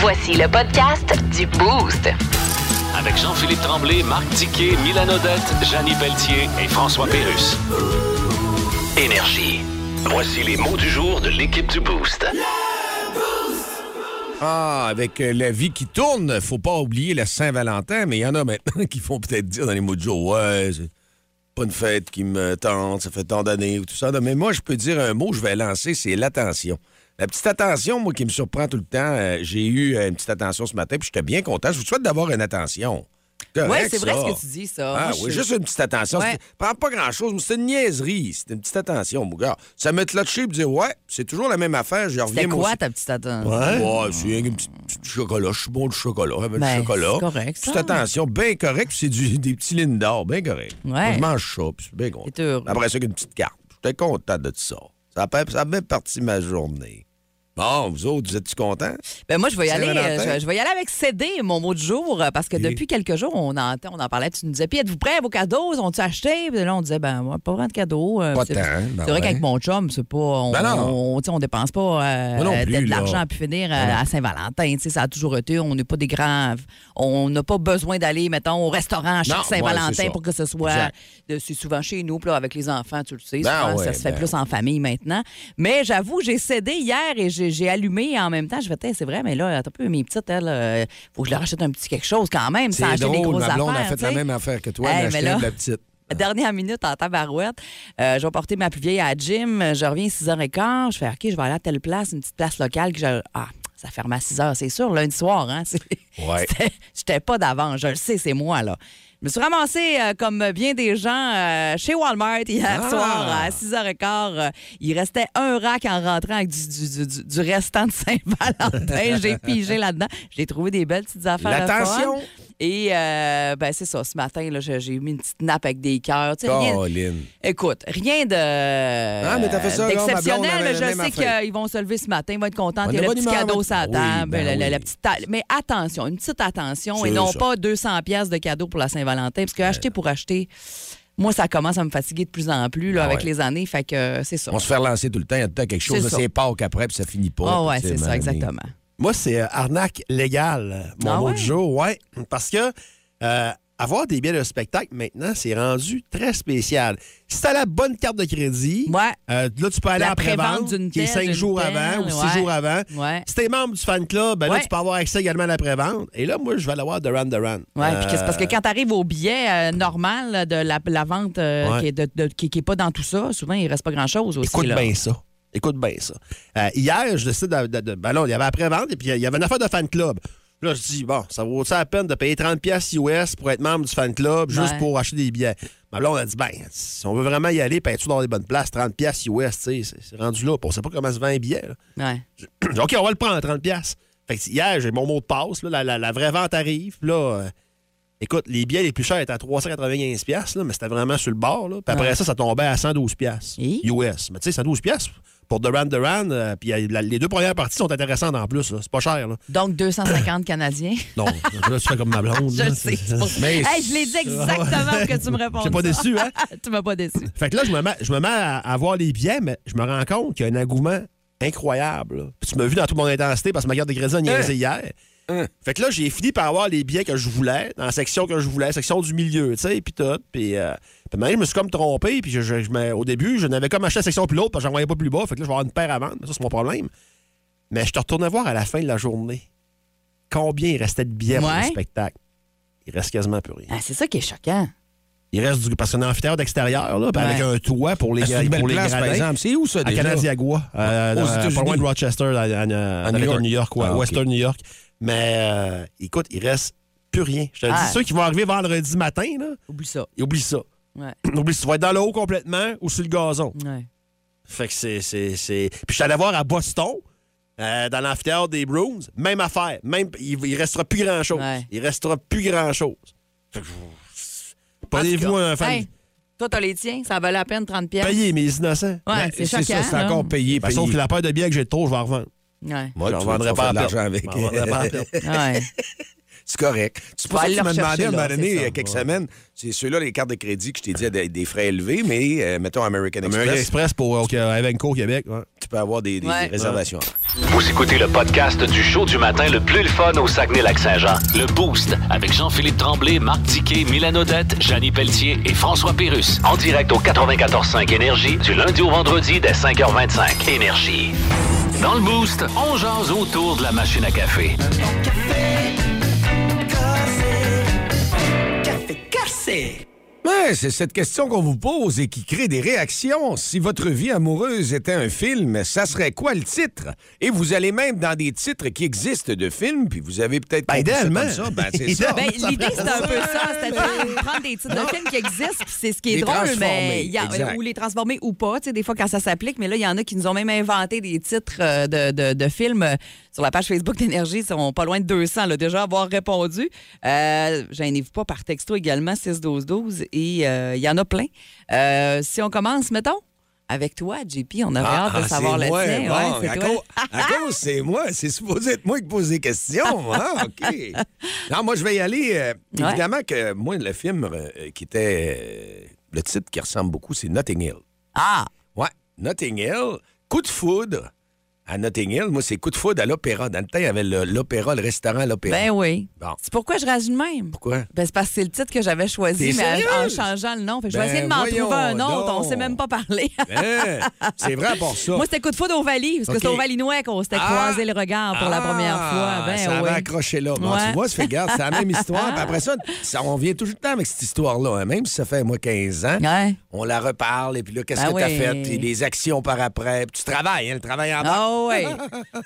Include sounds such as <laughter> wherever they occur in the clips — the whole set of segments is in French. Voici le podcast du Boost. Avec Jean-Philippe Tremblay, Marc Tiquet, Milan Odette, Janine Pelletier et François Pérus. Énergie. Voici les mots du jour de l'équipe du Boost. Ah, avec euh, la vie qui tourne, faut pas oublier la Saint-Valentin, mais il y en a maintenant <laughs> qui font peut-être dire dans les mots de jour, ouais, c'est pas une fête qui me tente, ça fait tant d'années ou tout ça. Non, mais moi, je peux dire un mot, je vais lancer, c'est l'attention. La petite attention, moi, qui me surprend tout le temps, euh, j'ai eu euh, une petite attention ce matin, puis j'étais bien content. Je vous souhaite d'avoir une attention. Oui, Correct, c'est vrai ça. ce que tu dis, ça. Ah Moi, je oui, suis- juste une petite attention. Ouais. C'est- Prends pas grand-chose, mais c'est une niaiserie. C'est une petite attention, mon gars. Ça me clotchait et me dire, ouais, c'est toujours la même affaire, je reviens C'était moi quoi aussi. ta petite attente? Ouais. c'est rien qu'un petit, petit chocolat. Je suis bon du chocolat. Ouais, ben, Ben, du chocolat. c'est correct, ça. Petite attention, bien correct. puis C'est du, des petits lignes d'or, bien correct. Ouais. Je mange ça, puis je suis bien content. T'es heureux. Après ça, qu'une petite carte. J'étais content de ça. Ça a, fait- ça a bien parti ma journée. Bon, vous autres, vous êtes-tu contents? Ben moi, je vais y aller. Saint-Valentin. euh, Je, je vais y aller avec CD, mon mot du jour, euh, parce que depuis quelques jours, on en, on en parlait. Tu nous disais, puis êtes-vous prêts à vos cadeaux? On tu acheté? Puis là, on disait, ben moi, pas vraiment de cadeaux. euh, Pas c'est tant, c'est ben vrai ouais. qu'avec mon chum, c'est pas. On, Ben non. on- tu sais, on dépense pas euh, Moi non euh, de- plus, de là. Ben l'argent à pu finir euh, à Saint-Valentin. Tu sais, Ça a toujours été. On n'est pas des grands. On n'a pas besoin d'aller, mettons, au restaurant à chaque Non, ouais, c'est Saint-Valentin ça. pour que ce soit. Exact. de- C'est souvent chez nous, puis là, avec les enfants, tu le sais. Ben souvent, ça ouais, se fait ben plus en famille maintenant. Mais j'avoue, j'ai cédé hier et j'ai j'ai allumé en même temps. Je fais, Tiens, c'est vrai, mais là, attends un peu, mes petites, elles, euh, faut que je leur achète un petit quelque chose quand même. sans acheter des grosses affaires, tu sais. affaire que Hey, elle a mais acheté là- petite. Dernière minute en tabarouette. Euh, je vais porter ma plus vieille à la gym. Je reviens 6h15. Je fais, OK, je vais aller à telle place, une petite place locale. Que je... Ah, ça ferme à 6h, c'est sûr, lundi soir. Hein? C'est- <laughs> Ouais. <laughs> C'était- J'étais pas d'avance. Je le sais, c'est moi, là. Je me suis ramassée, euh, comme bien des gens, euh, chez Walmart hier Ah! soir à 6h15. Euh, il restait un rack en rentrant avec du, du- du- du- du restant de Saint-Valentin. <laughs> J'ai pigé là-dedans. J'ai trouvé des belles petites affaires. le fun. L'attention. Et euh, ben c'est ça, ce matin, là, j'ai j'ai mis une petite nappe avec des cœurs. Tu sais, rien- Colline. Écoute, rien de Ah, mais t'as fait ça, là, ma blonde d'exceptionnel. avait la Je même sais affaire. qu'ils vont se lever ce matin, ils vont être contents. On Il y a a le bonne petit humeur, cadeau mais- sur la Oui, table, ben la- la- oui. la petite ta- Mais attention, une petite attention et C'est non ça. Euh. pas 200 pièces de cadeau pour la Saint-Valentin, parce que acheter pour acheter, moi, ça commence à me fatiguer de plus en plus là, Ah avec ouais. les années. Fait que euh, c'est ça. On se fait relancer tout le temps. Il y a tout le temps quelque chose. C'est là, ça. C'est Pâques après, puis ça finit pas. Ah ouais, c'est effectivement, ça, mais- exactement. Moi, c'est euh, arnaque légale, mon Ah mot ouais? du jour, ouais. Parce que euh, avoir des billets de spectacle, maintenant, c'est rendu très spécial. Si t'as la bonne carte de crédit, Ouais. euh, là, tu peux aller La à pré-vente, pré-vente d'une qui est telle, cinq d'une jours telle, avant ou six ouais. jours avant. Ouais. Si t'es membre du fan club, ben là, Ouais. tu peux avoir accès également à la pré-vente. Et là, moi, je vais l'avoir de Duran Duran. Oui, puis que c'est parce que Euh, quand tu arrives au billet euh, normal là, de la, la vente euh, Ouais. qui, est de- de- qui- qui est pas dans tout ça, souvent, il reste pas grand-chose aussi. Écoute là. bien ça. Écoute bien ça. Euh, hier, je décide de. de- de- ben là, il y avait après-vente et puis il y avait une affaire de fan club. Là, je dis, bon, ça vaut ça la peine de payer 30$ piastres US pour être membre du fan club juste Ouais. pour acheter des billets. Mais là, on a dit, ben, si on veut vraiment y aller, paye-tu dans les bonnes places, 30$ piastres US, tu sais, c'est- c'est rendu là. puis On sait pas comment se vend un billet. là. Ouais. J'ai dit, OK, on va le prendre à 30$. piastres. Fait que hier, j'ai mon mot de passe. là, la, la- la vraie vente arrive. Puis là, euh, écoute, les billets les plus chers étaient à 395$, piastres, là, mais c'était vraiment sur le bord. là. Puis après Ouais. ça, ça tombait à 112$. piastres Et? US. Mais tu sais, 112$ piastres pour Duran Duran. euh, puis euh, la- les deux premières parties sont intéressantes en plus. là. C'est pas cher. Là. Donc, 250 <laughs> Canadiens. Non, là, tu fais comme ma blonde. Je là. le sais. c'est pour ça. Mais- Hey, je l'ai dit exactement que tu me réponds. J'ai pas déçu, hein? <laughs> tu m'as pas déçu. Fait que là, je me mets, je me mets à, à voir les billets, mais je me rends compte qu'il y a un engouement incroyable. là. Puis tu m'as vu dans toute mon intensité parce que ma garde de crédit a Hein? niaisé hier. Fait que là, j'ai fini par avoir les billets que je voulais, dans la section que je voulais, section du milieu, tu sais, puis tout. Puis, euh, puis maintenant, je me suis comme trompé, puis je, je- je me- au début, je n'avais comme acheté la section plus l'autre parce que j'en voyais pas plus bas. Fait que là, je vais avoir une paire à vendre, mais ça, c'est mon problème. Mais je te retournais voir à la fin de la journée combien il restait de billets pour Ouais. le spectacle. Il reste quasiment plus rien. Ah, c'est ça qui est choquant. Il reste du. Parce qu'on a un amphithéâtre extérieur, là, puis Ouais. avec un toit pour les, Ah, C'est une belle pour les place, par gradins. exemple. C'est où ça, À déjà? Canadiagua, euh, Aux dans- États-Unis. pas loin de Rochester, à, à- dans l'État de York. New York, ouais, Ah, ok. Western New York. Mais euh, écoute, il reste plus rien. Je te le Ah. dis, ceux qui vont arriver vendredi matin, là, Oublie ça. ils oublient ça. <clears throat> Ouais. Oublie ça. Tu vas être dans le haut complètement ou sur le gazon. Ouais. Fait que c'est. c'est- c'est- Puis je suis allé voir à Boston, euh, dans l'amphithéâtre des Bruins, même affaire. Même, il, il restera plus grand-chose. Ouais. Il restera plus grand-chose. Fait que je- Prenez-vous un fan. Hey, toi, t'as les tiens. Ça valait la peine 30 pièces. Payez mes innocents. Ouais, Ben, c'est ça, choquant. c'est là. encore payé. Ben, sauf que payé. la paire de billets que j'ai de trop, je vais en revendre. Ouais. Moi, J'en tu vendrais vas pas <laughs> faire de à l'argent perte. avec. J'en vendrais pas à perte. Ouais. C'est correct. C'est pour vas ça que aller tu m'as le demandé à rechercher, un moment là, donné, c'est il y ça. a quelques semaines, c'est ceux-là, les cartes de crédit que je t'ai dit à des, des frais élevés, mais euh, mettons American Express, American Express pour euh, au- à Evenco, au Québec. ouais. tu peux avoir des, des- Ouais. des réservations. Vous écoutez le podcast du show du matin le plus le fun au Saguenay-Lac-Saint-Jean. Le Boost avec Jean-Philippe Tremblay, Marc Tiquet, Milan Odette, Janine Pelletier et François Pérus. En direct au 94.5 Énergie du lundi au vendredi dès 5h25. Énergie. Dans le Boost, on jase autour de la machine à café. Ouais, c'est cette question qu'on vous pose et qui crée des réactions. Si votre vie amoureuse était un film, ça serait quoi le titre? Et vous allez même dans des titres qui existent de films, puis vous avez peut-être Ben, compris ça idéalement. comme ça. Ben, <laughs> c'est ça. Ben, l'idée, c'est un peu ça. C'était de Ouais, prendre, prendre des titres de films qui existent, puis c'est ce qui est Les drôle, transformer, mais il y a- exact. ou les transformer ou pas, tu sais, des fois quand ça s'applique, mais là, il y en a qui nous ont même inventé des titres euh, de, de- de films euh, sur la page Facebook d'Énergie, ils sont pas loin de 200, là, déjà avoir répondu. Euh, Gênez-vous pas par texto également, 6-12-12, et euh, il y en a plein. Euh, si on commence, mettons, avec toi, JP, on aurait hâte de Ah, c'est savoir le moi, tien. bon, Ouais, c'est à, toi. cause, à <laughs> cause, c'est moi. C'est supposé être moi qui pose des questions. hein? OK. Non, moi, je vais y aller. euh, Ouais. Évidemment que moi, le film euh, qui était. euh, le titre qui ressemble beaucoup, c'est Notting Hill. Ah, Ouais, Notting Hill. Coup de foudre à Notting Hill. Moi, c'est coup de foudre à l'opéra. Dans le temps, il y avait le- l'opéra, le restaurant, à l'opéra. ben oui. Bon. C'est pourquoi je réagis de même. Pourquoi? Ben, c'est parce que c'est le titre que j'avais choisi, T'es mais en- en sérieuse? changeant le nom. Fait que je Ben, vais essayer de m'en voyons trouver un autre. On donc. s'est même pas parlé. Hein? c'est vrai pour <laughs> ça. Moi, c'était coup de foudre au Vali, parce que OK. c'était au Valinois qu'on s'était Ah! croisé le regard pour la première Ah, fois. Ben ça oui. avait accroché là. Bon, Ouais. Tu vois, ça fait garde, c'est la même <laughs> histoire. Puis après ça, ça, on vient tout le temps avec cette histoire-là. hein. Même si ça fait, moi, 15 ans, Ouais. on la reparle. Et puis là, qu'est-ce Ben que t'as oui. fait? Puis les actions par après. Puis tu travailles, hein, le travail en bas. Ah <laughs> ouais.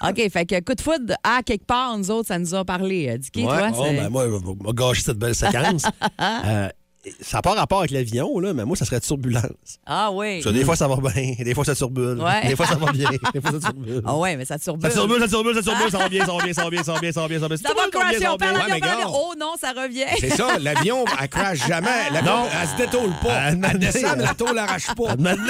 OK, fait que coup de foudre, ah, quelque part, nous autres, ça nous a parlé. Euh, Dicky, Ouais. toi, Oh, c'est- ben, moi, on m'a gâché cette <laughs> belle séquence. Euh, ça n'a pas rapport avec l'avion, là, mais moi, ça serait turbulence. Ah oui. Ça, des fois, ça va bien. <laughs> Des fois, ça turbule. Ouais. Des fois, <laughs> ça va bien. Des fois, ça turbule. Ah ouais, mais ça turbule. Ça turbule, ça turbule, ça turbule, ça va bien, ça va bien, ça va bien, ça va bien, ça va bien, ça va bien. Ça va crasher, on perd Ouais, l'avion, on perd mais gars. l'avion. Oh non, ça <laughs> revient. C'est ça, l'avion, elle crache jamais. L'avion, Non. elle se détourne pas. Elle Elle descend, descend. mais la tôle l'arrache pas. Maintenant,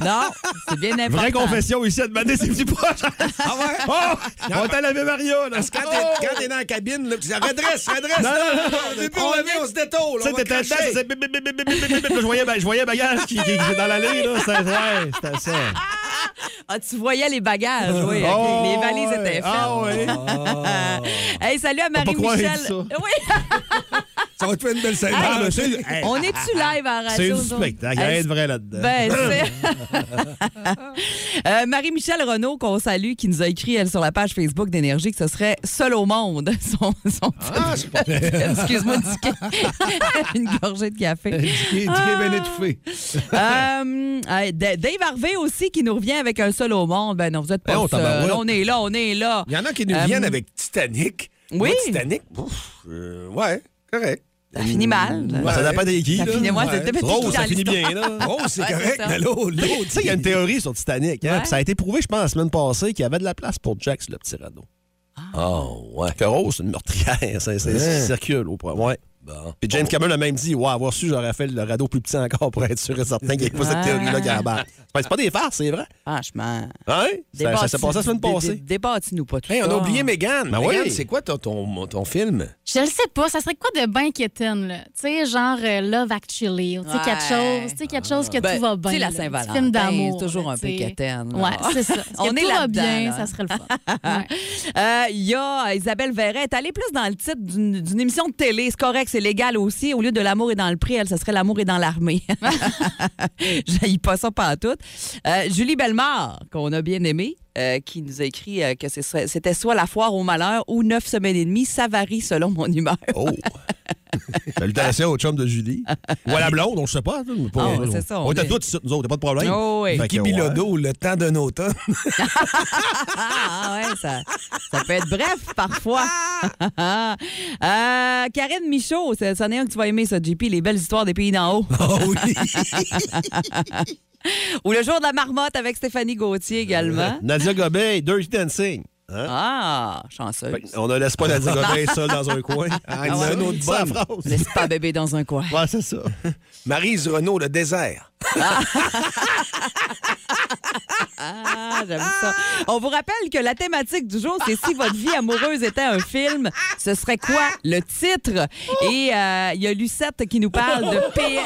Non, c'est bien important. vraie confession ici à demander ses petits proches. Ah ouais? <laughs> Oh! On t'a lavé Mario, là. Parce que quand t'es- quand t'es dans la cabine, là, tu dis <laughs> redresse, redresse. Non, non, non. On est plus au lever, on se détourne. Tu sais, on va t'étais dedans, cracher. ça faisait bip, bip, bip, bip, bip, bip, bip, bip. Je voyais ba- je voyais bagage qui qui était dans l'allée, là. C'était ouais, c'était ça. Ah, tu voyais les bagages, <laughs> oui. ok. Oh, les valises étaient ouais. faites. Ah, ouais. hey, salut à pas croire Marie-Michel. ça. Oui. Ça va te faire une belle scène. Ah, mais c'est- hey, On est-tu live à la radio? C'est du aujourd'hui? spectacle. Il y a rien de vrai là-dedans. Ah, Ben, <laughs> c'est- <laughs> Euh, Marie-Michel Renaud, qu'on salue, qui nous a écrit, elle, sur la page Facebook d'Énergie, que ce serait Seul au monde. <laughs> Son, son- Ah. <laughs> Excuse-moi, Dicky. <laughs> Une gorgée de café. Il est bien étouffé. Euh, euh, D- Dave Harvey aussi, qui nous revient avec Un seul au monde. Ben non, vous êtes pas Ben, on seul. tabarouette. On est là, on est là. Il y en a qui nous Euh, viennent avec Titanic. Moi, oui. Titanic, ouf, euh, ouais, correct. Ça finit mal. Ben, Ça dépend des qui. Ça là. finit, moi, c'est- Ouais. Rose, ça finit bien, là. Oh, <laughs> c'est Ouais, correct, c'est ça. mais l'autre, l'autre, Tu sais, il y a une théorie sur Titanic. Hein? Ouais. puis Ça a été prouvé, je pense, la semaine passée, qu'il y avait de la place pour Jack sur le petit radeau. Ah. Oh, ouais. Que Rose, c'est une meurtrière. Ça, Hein? ça- ça circule au point. Ouais. Bon. Puis James Cameron a même dit Ouais, avoir su, j'aurais fait le radeau plus petit encore pour être sûr et certain qu'il n'y ait pas cette Ah. théorie-là qui embarque. Ben, C'est pas des farces, c'est vrai. Franchement. Hein? Ça, ça s'est passé la semaine passée. Débattis-nous pas tout Hey, on ça. hein. a oublié Megan. Ben Mégane, oui. c'est quoi ton, ton, ton film? Je le sais pas, ça serait quoi de bien quétaine, là? Tu sais, genre euh, Love Actually, ou tu sais, quelque Ouais. chose, tu sais, quelque chose que Ben, tout va tu bien. sais, là, la un petit Saint-Valentin, film d'amour. c'est toujours là, un peu tu sais. quétaine, là. Ouais, c'est <laughs> ça. On On est est tout va là-dedans, bien, là. ça serait le <laughs> fun. Ouais. Euh, Il y a Isabelle Verret, elle est allée plus dans le titre d'une d'une émission de télé. C'est correct, c'est légal aussi. Au lieu de l'amour est dans le prix, elle, ce serait l'amour est dans <laughs> l'armée. J'haïs pas ça pas tout. Julie Bellemare, qu'on a bien aimée, euh, qui nous a écrit euh, que c'est soit- c'était soit la foire au malheur ou neuf semaines et demie, ça varie selon mon humeur. Oh! Salutations au chum de Julie. Ou à la blonde, on ne sait pas. là, mais pas- Ah, ouais, c'est ça, on On était est- tous ici, nous autres, pas de problème. Oh, oui. Fait que, Guy ouais. Bilodeau, Le temps <laughs> d'un automne. Ah ouais, ça, ça peut être bref parfois. <laughs> Euh, Karine Michaud, ça ça en est un que tu vas aimer, ça, JP, les belles histoires des pays d'en haut. Ah Oh oui. Ou le jour de la marmotte avec Stéphanie Gauthier également. Nadia Gobet, Dirty Dancing. <laughs> Hein? Ben, Ah, chanceux. Fait que On ne laisse pas Ah, Nadia Gobet <laughs> seule dans un coin. Ah, ouais. une autre bonne phrase. Laisse pas bébé dans un coin. Ouais, c'est ça. Marise Renault, Le désert. Ah, j'aime ça. On vous rappelle que la thématique du jour, c'est si votre vie amoureuse était un film, ce serait quoi le titre? Et euh, il y a Lucette qui nous parle de P-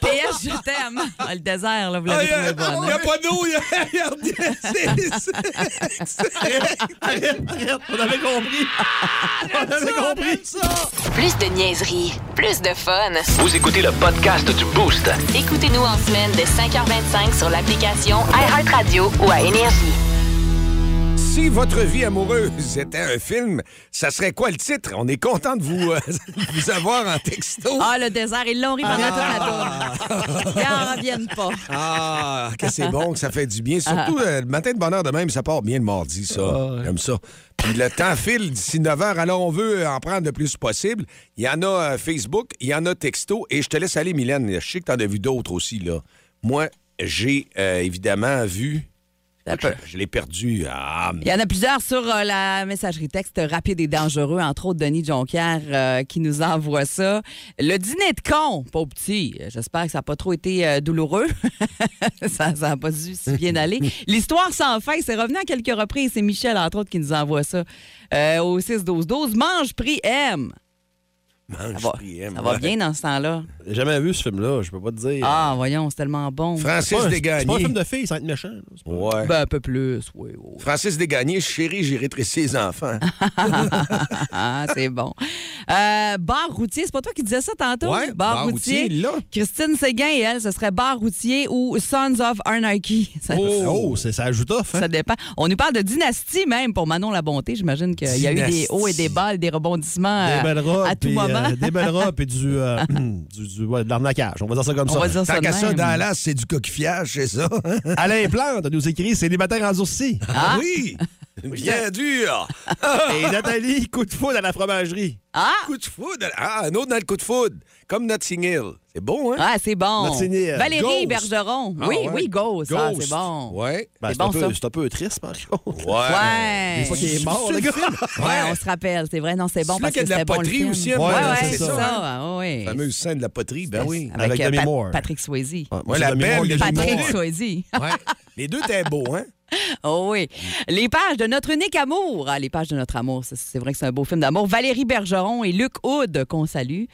PS, je t'aime. Ah, le désert, là, vous l'avez Ah, y a- trouvé bonne. y a hein? pas d'eau, y a- <laughs> y a rien. C'est- c'est- On avait <laughs> compris. On avait compris. Plus de niaiserie, plus de fun. Vous écoutez le podcast du Boost. Écoutez-nous en semaine de 5h25 sur l'application iHeartRadio ou à Énergie. Si votre vie amoureuse était un film, ça serait quoi le titre? On est content de vous, euh, <laughs> vous avoir en texto. Ah, le désert, ils l'ont ri pendant toute la tour. Ils n'en reviennent pas. Ah, que <laughs> c'est bon, que ça fait du bien. Surtout Ah. euh, le matin de bonne heure de même, ça part bien le mardi, ça. J'aime ça. Puis le temps file d'ici 9 h, alors on veut en prendre le plus possible. Il y en a euh, Facebook, il y en a texto, et je te laisse aller, Mylène. Je sais que t'en as vu d'autres aussi, là. Moi, j'ai euh, évidemment vu. Ça Je, peut. je l'ai perdu. Ah, Il y en a plusieurs sur euh, la messagerie texte rapide et dangereux, entre autres Denis Jonquière euh, qui nous envoie ça. Le dîner de con, pas au petit. J'espère que ça n'a pas trop été euh, douloureux. <laughs> ça n'a pas dû si bien aller. L'histoire sans fin, c'est revenu à quelques reprises. C'est Michel, entre autres, qui nous envoie ça euh, au 6-12-12. Mange, prie, aime. mange, Ça va, prière, ça moi. va bien dans ce temps-là. J'ai jamais vu ce film-là, je peux pas te dire. Ah, voyons, c'est tellement bon. C'est pas Francis un- C'est pas un film Desgagnés. de filles, ça va être méchant. là. C'est pas- Ouais. Ben, un peu plus, oui. oui. Francis Desgagnés, chérie, j'ai rétréci <laughs> les enfants. Ah, c'est bon. Euh, bar routier, c'est pas toi qui disais ça tantôt? Ouais, bar routier, là. Christine Séguin et elle, ce serait bar routier ou Sons of Anarchy. <laughs> Ça, Oh, c'est- ça ajoute off. ça dépend. On nous parle de dynastie même pour Manon La Bonté. J'imagine qu'il y a eu des Dynastie. hauts et des bas, des rebondissements euh, des belles robes. à tout puis, euh, moment. des belles robes et <laughs> du, euh, du, du- ouais, de l'arnaquage. On va dire ça comme On ça. va dire ça Tant de qu'à ça, même. Dallas, c'est du coquifiage, c'est hein? ça? Alain Plante nous écrit Célibataire <laughs> endurci. Ah oui! Bien dur! Et Nathalie, coup de foudre à la fromagerie. Ah! Coup de foudre. Ah, un autre dans le coup de foudre. Comme Notting Hill. C'est bon, hein? Ah, c'est bon. Notre signe, euh, Valérie Ghost. Bergeron. Oui, Ah ouais. oui, Ghost. Ah, c'est Ghost. bon. Ouais. Ben, C'est c'est un bon, peu- ça. c'est un, peu triste, par contre. Ouais. Une fois qu'il est mort, C'est le gars. <laughs> Ouais, on se rappelle. C'est vrai, non, c'est bon C'est là parce que qu'il y a de la c'était bon le poterie film. aussi, hein, Ouais, ouais, ouais, c'est c'est ça, ça. hein. ah, ouais. La fameuse scène de la poterie, ben oui. Avec, Avec euh, Demi Pat- Moore. Ah. Patrick Swayze. Moi, la belle, le Patrick Moore. Swayze. <laughs> <laughs> Ouais. Les deux, t'es beau, hein? Oh oui. Les pages de Notre unique amour. Ah, les pages de Notre amour. C'est- C'est vrai que c'est un beau film d'amour. Valérie Bergeron et Luc Hood, qu'on salue.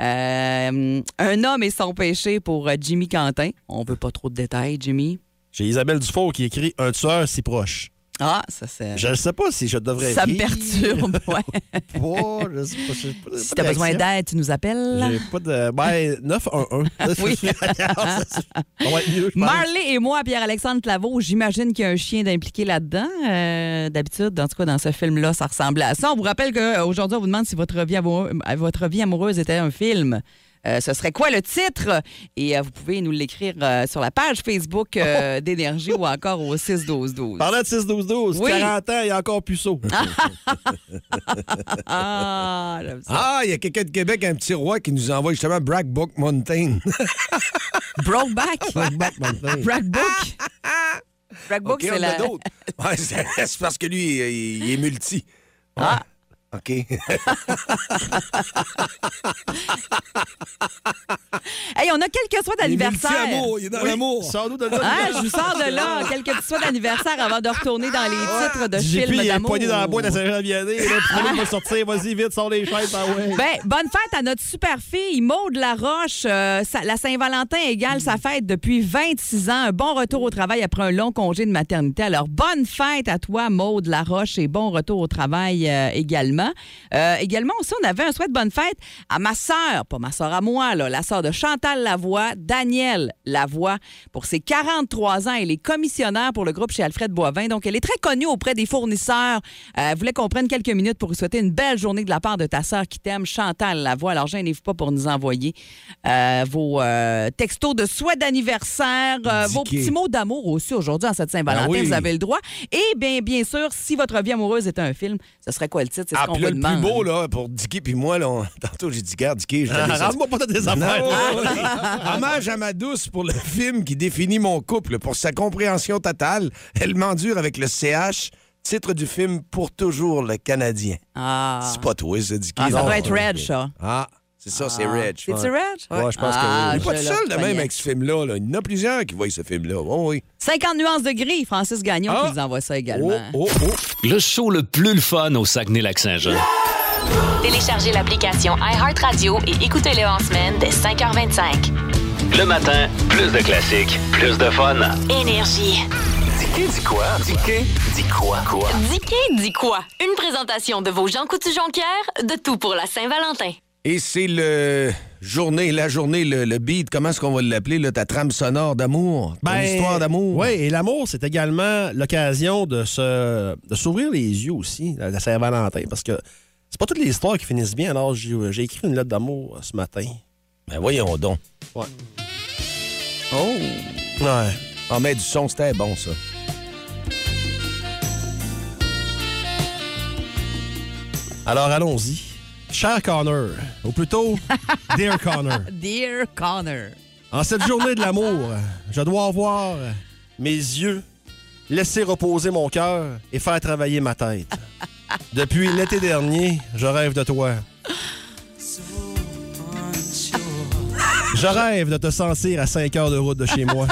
Euh, un homme et son péché pour euh, Jimmy Quentin. On veut pas trop de détails, Jimmy. J'ai Isabelle Dufour qui écrit Un tueur si proche. Ah, ça, c'est. Je ne sais pas si je devrais. Ça me rire perturbe. ouais. ou <laughs> pas, je sais pas, j'ai pas- Si pas t'as de besoin réaction. d'aide, tu nous appelles. J'ai pas de. Ben, 911. <laughs> Oui. On va être mieux, je pense. Marley et moi, Pierre-Alexandre Claveau, j'imagine qu'il y a un chien d'impliqué là-dedans. Euh, D'habitude, en tout cas, dans ce film-là, ça ressemblait à ça. On vous rappelle qu'aujourd'hui, on vous demande si votre vie, amoureux- euh, votre vie amoureuse était un film. Euh, ce serait quoi le titre? Et euh, vous pouvez nous l'écrire euh, sur la page Facebook <laughs> euh, d'Énergie ou encore au 6-12-12. Parlant de 6-12-12, Oui. 40 ans et encore puceau. Ah, j'aime <laughs> ça. Ah, il y a quelqu'un de Québec, un petit roi, qui nous envoie justement Brack Book Mountain. Brokeback. Back <laughs> Mountain. Brackbook. Brackbook, OK, Oh, on c'est en la... a d'autres. Ouais, c'est <laughs> c'est parce que lui, il, il est multi. Ouais. Ah. OK. Hey, on a quelques soins Il est d'anniversaire. multi-amour, il est dans l'amour. Sors-nous de là. Ah, je vous sors de là. Quelques petits soins d'anniversaire avant de retourner dans les titres de J'ai films il est d'amour. poigné dans la boîte à Saint-Jean-Vianney. Là, puis il va sortir. Vas-y, vite, sors les chaises. Ah <laughs> ouais. Ben, bonne fête à notre super fille Maude Laroche. Euh, sa- la Saint-Valentin égale sa fête depuis 26 ans. Un bon retour au travail après un long congé de maternité. Alors, bonne fête à toi, Maude Laroche, et bon retour au travail euh, également. Euh, également, aussi, on avait un souhait de bonne fête à ma sœur, pas ma sœur à moi, là, la sœur de Chantal Lavoie, Daniel Lavoie, pour ses 43 ans. Elle est commissionnaire pour le groupe chez Alfred Boivin. Donc, elle est très connue auprès des fournisseurs. Euh, voulait qu'on prenne quelques minutes pour vous souhaiter une belle journée de la part de ta sœur qui t'aime, Chantal Lavoie. Alors, gênez-vous pas pour nous envoyer euh, vos euh, textos de souhaits d'anniversaire, euh, vos Diquet. petits mots d'amour aussi aujourd'hui en cette Saint-Valentin. Ben oui. Vous avez le droit. Et bien, bien sûr, si votre vie amoureuse était un film, ce serait quoi le titre? C'est ce Ah, qu'on puis là, vous le plus demande. beau, là, pour Dicky puis moi, là, on- <laughs> tantôt, j'ai dit, garde, Dicky, je l'avais sorti. Rends-moi pas toutes tes Non, affaires. Ah ouais, ouais. Hommage à ma douce pour le film qui définit mon couple. Pour sa compréhension totale, elle m'endure avec le CH, titre du film Pour toujours le Canadien. Ah. C'est pas toi, ça, Dicky. Ah, ça non? doit être Red, ça. Ah, C'est ça, c'est Reg. C'est-tu Reg? Ouais, je pense que Ah, oui. Il n'est pas je tout le seul de reconnais. même avec ce film-là. là. Il y en a plusieurs qui voient ce film-là. Oh, oui. 50 nuances de gris, Francis Gagnon Ah! qui nous envoie ça Oh, également. oh, oh. Le show le plus le fun au Saguenay-Lac-Saint-Jean. Téléchargez l'application iHeartRadio et écoutez-le en semaine dès 5h25. Le matin, plus de classiques, plus de fun. Énergie. Dis dit quoi? Dis dit quoi? Quoi? Dicky dit quoi? Une présentation de vos Jean Coutu-Jonquière, de tout pour la Saint-Valentin. Et c'est le journée, la journée, le, le beat, comment est-ce qu'on va l'appeler, là, ta trame sonore d'amour, ton Ben, histoire d'amour. Oui, et l'amour, c'est également l'occasion de se de s'ouvrir les yeux aussi, la la Saint-Valentin, parce que c'est pas toutes les histoires qui finissent bien. Alors, j'ai euh, j'ai écrit une lettre d'amour euh, ce matin. Ben voyons donc. Ouais. Oh! Ouais. En met du son, c'était bon, ça. Alors, allons-y. Cher Connor, ou plutôt, <laughs> Dear Connor, oh. Dear Connor. en cette journée de l'amour, je dois voir mes yeux, laisser reposer mon cœur et faire travailler ma tête. Depuis l'été dernier, je rêve de toi. Je rêve de te sentir à 5 heures de route de chez moi.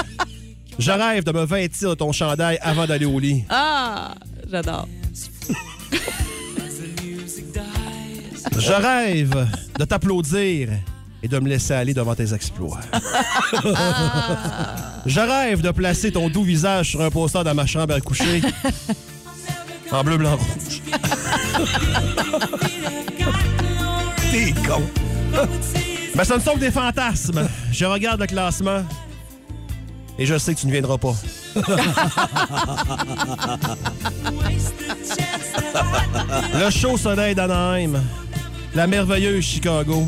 Je rêve de me vêtir de ton chandail avant d'aller au lit. Ah, j'adore. Je rêve de t'applaudir et de me laisser aller devant tes exploits. Je rêve de placer ton doux visage sur un poster dans ma chambre à coucher en bleu, blanc, rouge. T'es con! Mais ça ne sont que des fantasmes. Je regarde le classement et je sais que tu ne viendras pas. le chaud soleil d'Anaheim, la merveilleuse Chicago,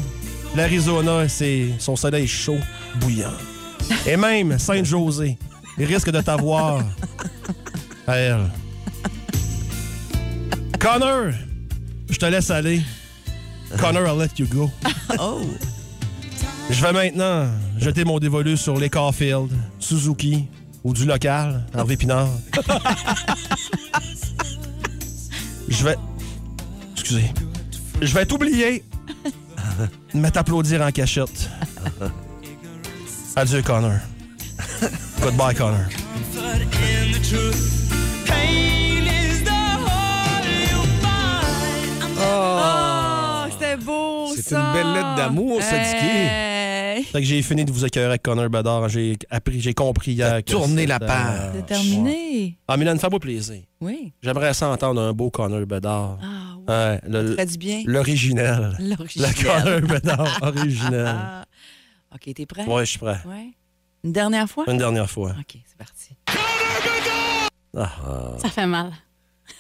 l'Arizona, c'est son soleil chaud, bouillant. Et même Saint-José risque de t'avoir à elle. Connor, je te laisse aller. Connor, I'll let you go. Je vais maintenant jeter mon dévolu sur les Caulfield, Suzuki ou du local, Hervé Pinard. Je vais. Excusez. Je vais <laughs> t'oublier, mais t'applaudir en cachette. Adieu, Connor. Goodbye, Connor. Oh, c'était beau, C'est ça. une belle lettre d'amour, ça, Dicky. Hey, Fait que j'ai fini de vous écœurer avec Connor Bedard. J'ai appris, j'ai compris hier. que tourné la c'était- euh, page. C'est terminé. Ah, Mylène, fais-moi plaisir. Oui. J'aimerais ça entendre un beau Connor Bedard. Ah, oui. Ouais, le- Très du bien. L'original. L'original. Le <laughs> Connor Bedard original. Ah. OK, t'es prêt? Ouais, je suis prêt. Ouais. Une dernière fois? Une dernière fois. OK, c'est parti. Ça fait mal.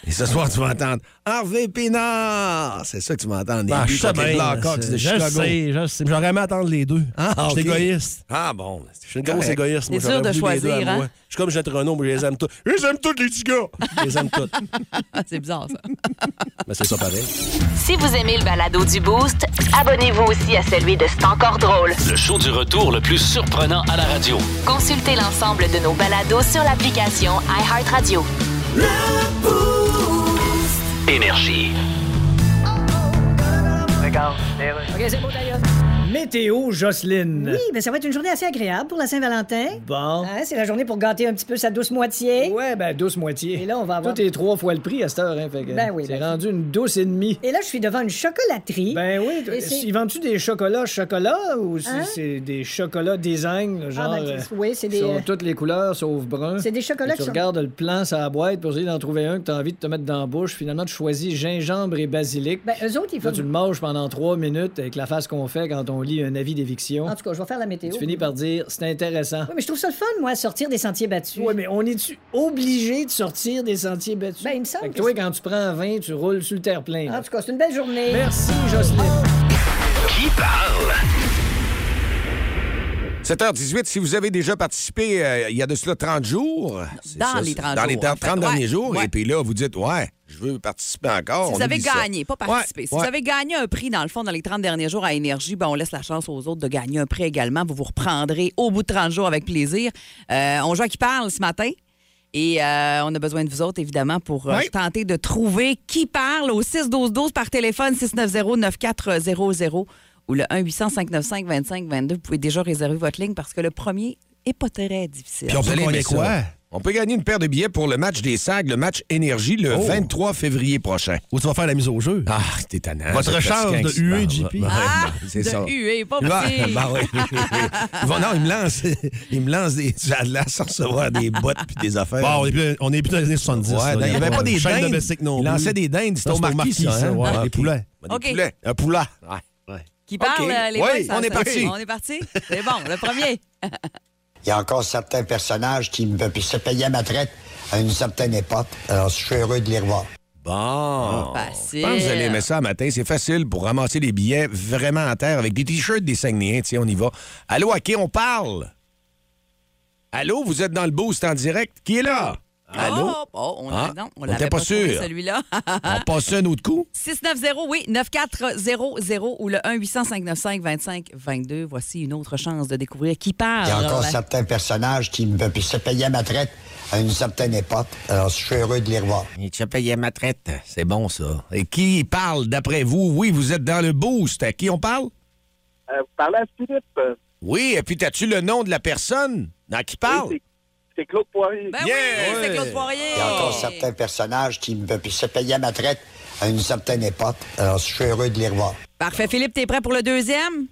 Et ce soir, tu vas entendre Harvey Pinard! C'est ça que tu vas entendre. Des Ah, buts je sais contre les bien, Blackhawks c'est- de je Chicago. sais, je sais. J'aurais aimé attendre les deux. Ah, Je suis ok. égoïste. Ah bon. Je suis une grosse correct. égoïste. moi, C'est dur j'aurais de voulu les deux choisir, à moi. hein? Je suis comme Jette Renault, moi, je les aime tous. Je les aime tous, les petits gars. Je les aime tous. Ah, c'est bizarre, ça. Ben, Mais c'est ça pareil. Si vous aimez le balado du Boost, abonnez-vous aussi à celui de C'est encore drôle. Le show du retour le plus surprenant à la radio. Consultez l'ensemble de nos balados sur l'application iHeartRadio. Énergie. Météo Jocelyne. Oui, ben ça va être une journée assez agréable pour la Saint-Valentin. Bon. Hein, c'est la journée pour gâter un petit peu sa douce moitié. Ouais, ben douce moitié. Et là, on va avoir- Tout est trois fois le prix à cette heure, hein, fait que Ben oui, C'est ben- rendu une douce et demie. Et là, je suis devant une chocolaterie. Ben oui, Et c'est- ils vendent-tu des chocolats chocolat ou c'est Hein? c'est des chocolats design, là, Ah, genre... ben, euh, c'est- oui, c'est des. sur euh, toutes les couleurs sauf brun. C'est des chocolats Et tu qui sont- regardes le plan sur la boîte pour essayer d'en trouver un que tu as envie de te mettre dans la bouche. Finalement, tu choisis gingembre et basilic. Ben, eux autres, ils font. Là, tu le manges pendant trois minutes avec la face qu'on fait quand on lit un avis d'éviction. En tout cas, je vais faire la météo. Tu finis par dire c'est intéressant. Oui, mais je trouve ça le fun, moi, sortir des sentiers battus. Oui, mais on est-tu obligé de sortir des sentiers battus? Ben, il me semble Fait que que toi, c'est- quand tu prends 20, tu roules sur le terre-plein. là. En tout cas, c'est une belle journée. Merci, Jocelyne. Qui parle? 7h18, si vous avez déjà participé euh, il y a de cela 30 jours. c'est Dans les 30 Dans les jours, 30, en fait. derniers Ouais, jours. ouais. Et puis là, vous dites, ouais, je veux participer encore. Si Oh, on vous avez oublie ça. gagné, pas participé. Ouais, si ouais. vous avez gagné un prix, dans le fond, dans les 30 derniers jours à Énergie, ben, on laisse la chance aux autres de gagner un prix également. Vous vous reprendrez au bout de 30 jours avec plaisir. Euh, on joue à qui parle ce matin. Et euh, on a besoin de vous autres, évidemment, pour euh, Ouais. tenter de trouver qui parle au 6-12-12 par téléphone 690-9400 ou le 1-800-595-2522. Vous pouvez déjà réserver votre ligne parce que le premier est pas très difficile. Puis on Vous peut allez gagner aimer quoi? ça. On peut gagner une paire de billets pour le match des SAG, le match Énergie, le Oh. 23 février prochain. Ou tu vas faire la mise au jeu? Ah, t'es tannant. Votre c'est charge fatigant de que tu huée, parles. JP. Ouais, Ah, Ben, c'est de ça. huée, pas <laughs> Bah, petit. bah oui. <laughs> Ils vont- non, il me <laughs> lance, il me lance des <laughs> jalas sans recevoir des bottes puis des affaires. Bon, on est plus, on est plus dans les années 70. Ouais, là, non, il n'y avait pas des chaîne dindes. domestique non il plus. lançait des dindes, c'était Ça, au c'est au marquis, marquis, ça. ça, hein? ouais, les ok. poulets. Des Ok. poulets. Un poulet. Ouais. Qui parle, OK. euh, les Oui, boys, ça- on est ça- parti. On est parti. C'est bon, le premier. Il y a encore certains personnages qui me se payaient ma traite à une certaine époque. Alors, je suis heureux de les revoir. Facile. Bon. Oh. Ah. Je pense que vous allez aimer ça un matin. C'est facile pour ramasser des billets vraiment à terre avec des t-shirts des Saguenayens. Tiens, on y va. Allô, à qui on parle? Allô, vous êtes dans le boost en direct. Qui est là? Allô? Oh, oh, on Ah, non, on on l'avait était pas pas trouvé, sûr. celui-là. <laughs> On passe un autre coup? 690, oui, 9400 ou le 1-800-595-2522. Voici une autre chance de découvrir qui parle. Il y a encore Ben, certains personnages qui me se payaient ma traite à une certaine époque. Alors, je suis heureux de les revoir. Il te payait ma traite. C'est bon, ça. Et qui parle d'après vous? Oui, vous êtes dans le boost. À qui on parle? Euh, vous parlez à Philippe. euh, Oui, et puis t'as-tu le nom de la personne dans qui parle? oui, c'est- C'est Claude Poirier. Ben oui, Yeah, c'est ouais. Claude Poirier. Il y a encore certains personnages qui me se payaient ma traite à une certaine époque. Alors, je suis heureux de les revoir. Parfait. Philippe, t'es prêt pour le deuxième?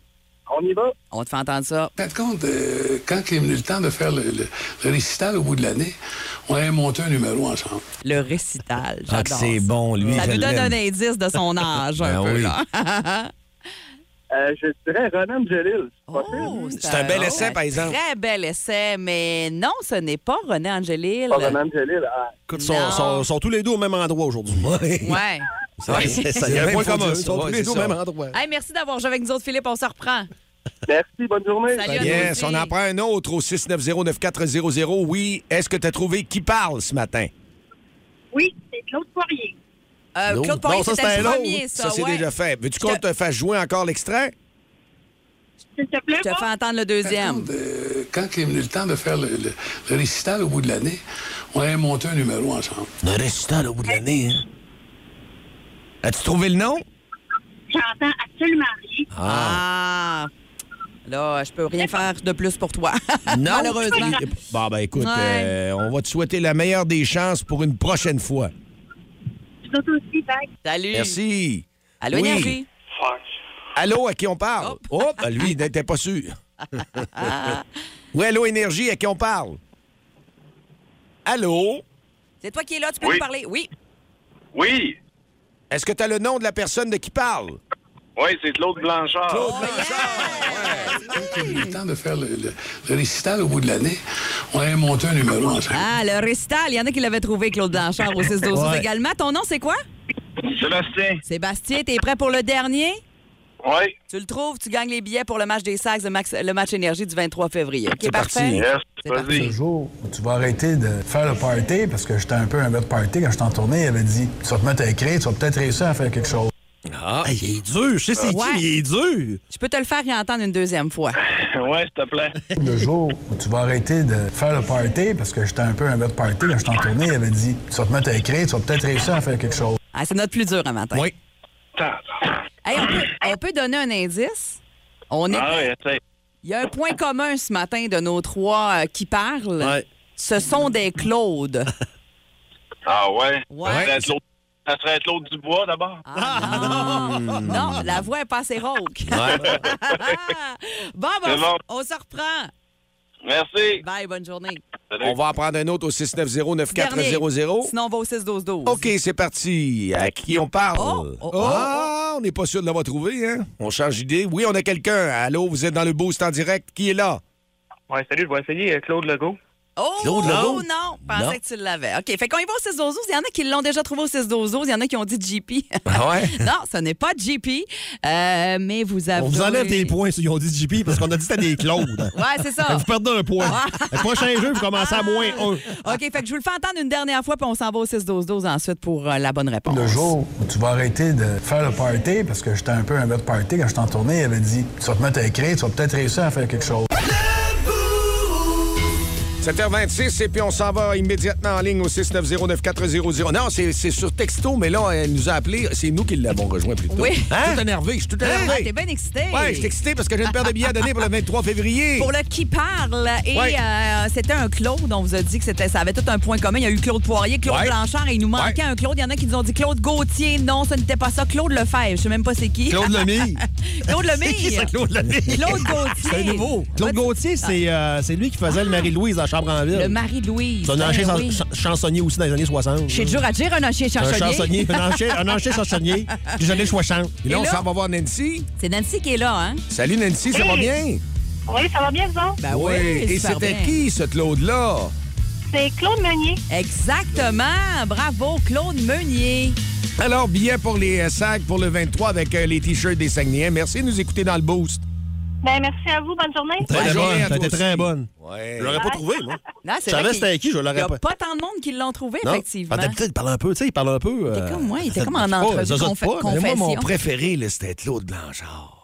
On y va. On te fait entendre ça. En fin de compte, euh, quand est venu le temps de faire le, le- le récital au bout de l'année, on avait monté un numéro ensemble. Le récital. Ah, que J'adore c'est ça. bon, lui. Ça je nous donne l'aime. un indice de son âge, un Ben peu. oui. là. <laughs> Euh, je dirais Ronan Angelis. C'est pas Oh, C'est un bel essai, par exemple. Très bel essai, mais non, ce n'est pas René Angélil. Pas Ronan Angelis. ah. Écoute, Non. sont, sont, sont tous les deux au même endroit aujourd'hui. Ouais. Ouais. Ouais, c'est ça, Il y a un Ouais, point faut commun. dire Ils ça, sont tous ouais, les deux c'est au ça. même endroit. Hey, merci d'avoir joué avec nous autres, Philippe. On se reprend. Merci, bonne journée. Salut à Yes, nous on aussi. en prend un autre au 690-9400. Oui, est-ce que tu as trouvé qui parle ce matin? Oui, c'est Claude Poirier. Euh, Claude L'autre. Poirier, Non, ça, c'était le c'était un premier, autre. ça. c'est ouais. déjà fait. Veux-tu qu'on Je te fasse jouer encore l'extrait? S'il te plaît, Je te fais entendre le En fin de deuxième. compte, euh, quand est venu le temps de faire le, le- le récital au bout de l'année, on avait monté un numéro ensemble. Le résultat au bout de l'année, hein? As-tu trouvé le nom? j'entends absolument rien. Ah. Là, je peux rien faire de plus pour toi. Malheureusement. Bon, ben écoute, Ouais. euh, on va te souhaiter la meilleure des chances pour une prochaine fois. Vous autres aussi, bye. <laughs> Salut. Merci. Allô, Oui. Énergie. Allô, à qui on parle? Oh, ben, lui, il n'était <laughs> pas sûr. oui, allô, Énergie, à qui on parle? Allô? C'est toi qui es là, tu peux Oui. nous parler. Oui. Oui, Est-ce que tu as le nom de la personne de qui parle? oui, c'est Claude Blanchard. Quand est venu le temps de faire le, le- le récital au bout de l'année, on avait monté un numéro ensemble. Ah, le récital. Il y en a qui l'avaient trouvé, Claude Blanchard, au 6 12 Ouais. également. Ton nom, c'est quoi? Sébastien. Sébastien, t'es prêt pour le dernier? Oui. Tu le trouves, tu gagnes les billets pour le match des Sacs, le, max- le match énergie du 23 février. OK, C'est parti. parfait. Yes, C'est parti. Le jour où tu vas arrêter de faire le party, parce que j'étais un peu un gars de party quand je t'en tournais, il avait dit Tu vas te mettre à écrire, tu vas peut-être réussir à faire quelque chose. Ah, Ah, il est dur. Je sais c'est qui, Ouais. mais il est dur. Je peux te le faire et entendre une deuxième fois. oui, s'il te plaît. Le jour où tu vas arrêter de faire le party, parce que j'étais un peu un gars de party quand je t'en tournais, il avait dit Tu vas te mettre à écrire, tu vas peut-être réussir à faire quelque chose. Ah, c'est notre plus dur un matin. Oui. Hey, on, peut, on peut donner un indice? On est... oui, essaye. Il y a un point commun ce matin de nos trois euh, qui parlent. Ce sont des Claudes. Ah, ouais. Ouais. Ça serait Claude- Ça serait Claude Dubois d'abord. Ah, non. Non, la voix est pas assez rauque. <laughs> bon, ben, C'est bon. on se reprend. Merci. Bye, bonne journée. on va en prendre un autre au 690-9400. Dernier. Sinon, on va au 6-12-12. OK, c'est parti. À qui on parle? Oh, oh, oh. Ah, on n'est pas sûr de l'avoir trouvé, hein? On change d'idée. Oui, on a quelqu'un. Allô, vous êtes dans le boost en direct. Qui est là? Ouais, salut, je vais essayer Claude Legault. Oh, Claude oh Legault? non, je pensais Non. que tu l'avais. OK, fait qu'on y va au 6 12 Il y en a qui l'ont déjà trouvé au 6 12 Il y en a qui ont dit JP. ouais? <laughs> non, ce n'est pas JP, euh, mais vous avez... On vous enlève des points, ceux qui ont dit JP, parce qu'on a dit que c'était des Claude. Ouais, c'est Fait que ça. Vous perdez un point. Ah. Le prochain jeu, vous commencez à moins un. <laughs> OK, fait que je vous le fais entendre une dernière fois, puis on s'en va au 6-12-12 ensuite pour euh, la bonne réponse. Le jour où tu vas arrêter de faire le party, parce que j'étais un peu un gars de party quand je t'en tournais, il avait dit Tu vas te mettre à écrire, tu vas peut-être réussir à faire quelque chose. 7h26, et puis on s'en va immédiatement en ligne au 6909400. Non, c'est c'est sur texto, mais là, elle nous a appelé. C'est nous qui l'avons rejoint plus tôt. Oui. Hein? Je suis tout énervé, je suis tout énervé. Ah, t'es bien excité. Ouais, je suis excité parce que j'ai une paire de billets à donner pour le 23 février. Pour le qui parle. Et Ouais. euh, c'était un Claude. On vous a dit que c'était, ça avait tout un point commun. Il y a eu Claude Poirier, Claude Ouais. Blanchard et il nous manquait un Claude. Il y en a qui nous ont dit Claude Gauthier. Non, ce n'était pas ça. Claude Lefebvre. Je sais même pas c'est qui. Claude Lemire. <laughs> Claude Lemire. C'est qui, ça, Claude Lemire? euh, Claude Gauthier. C'est nouveau. Claude Gautier, c'est euh, c'est lui qui faisait le Marie-Louise à Chambre-en-Ville. Le mari de Louise. C'est un ancien Ben chan- oui. chan- chansonnier aussi dans les années 60. C'est dur à dire, un ancien Un chansonnier. chansonnier, un ancien, un ancien chansonnier des années 60. Et là, on s'en va voir Nancy. C'est Nancy qui est là, hein? Salut Nancy, ça va Hey. bien? Oui, ça va bien, vous autres? Ah Ben oui, Et super c'était bien. qui, ce Claude-là? C'est Claude Meunier. Exactement. Bravo, Claude Meunier. Alors, billets pour les euh, sacs pour le 23 avec euh, les T-shirts des Saguenayens. Merci de nous écouter dans le boost. Ben, merci à vous. Bonne journée. T'as été bonne, à t'as toi été très aussi. bonne. Ouais. Je l'aurais pas trouvé, moi. Là, c'est Je savais vrai c'était qui, je l'aurais Il n'y pas- a pas tant de monde qui l'ont trouvé, Non? effectivement. Ah, D'habitude, il parle un peu, tu sais, il parle un peu. euh, comme moi, il était ça- comme en je sais pas, entrevue, ça saute confe- pas, mais- confession. Mais moi, mon préféré, là, c'était Claude Blanchard.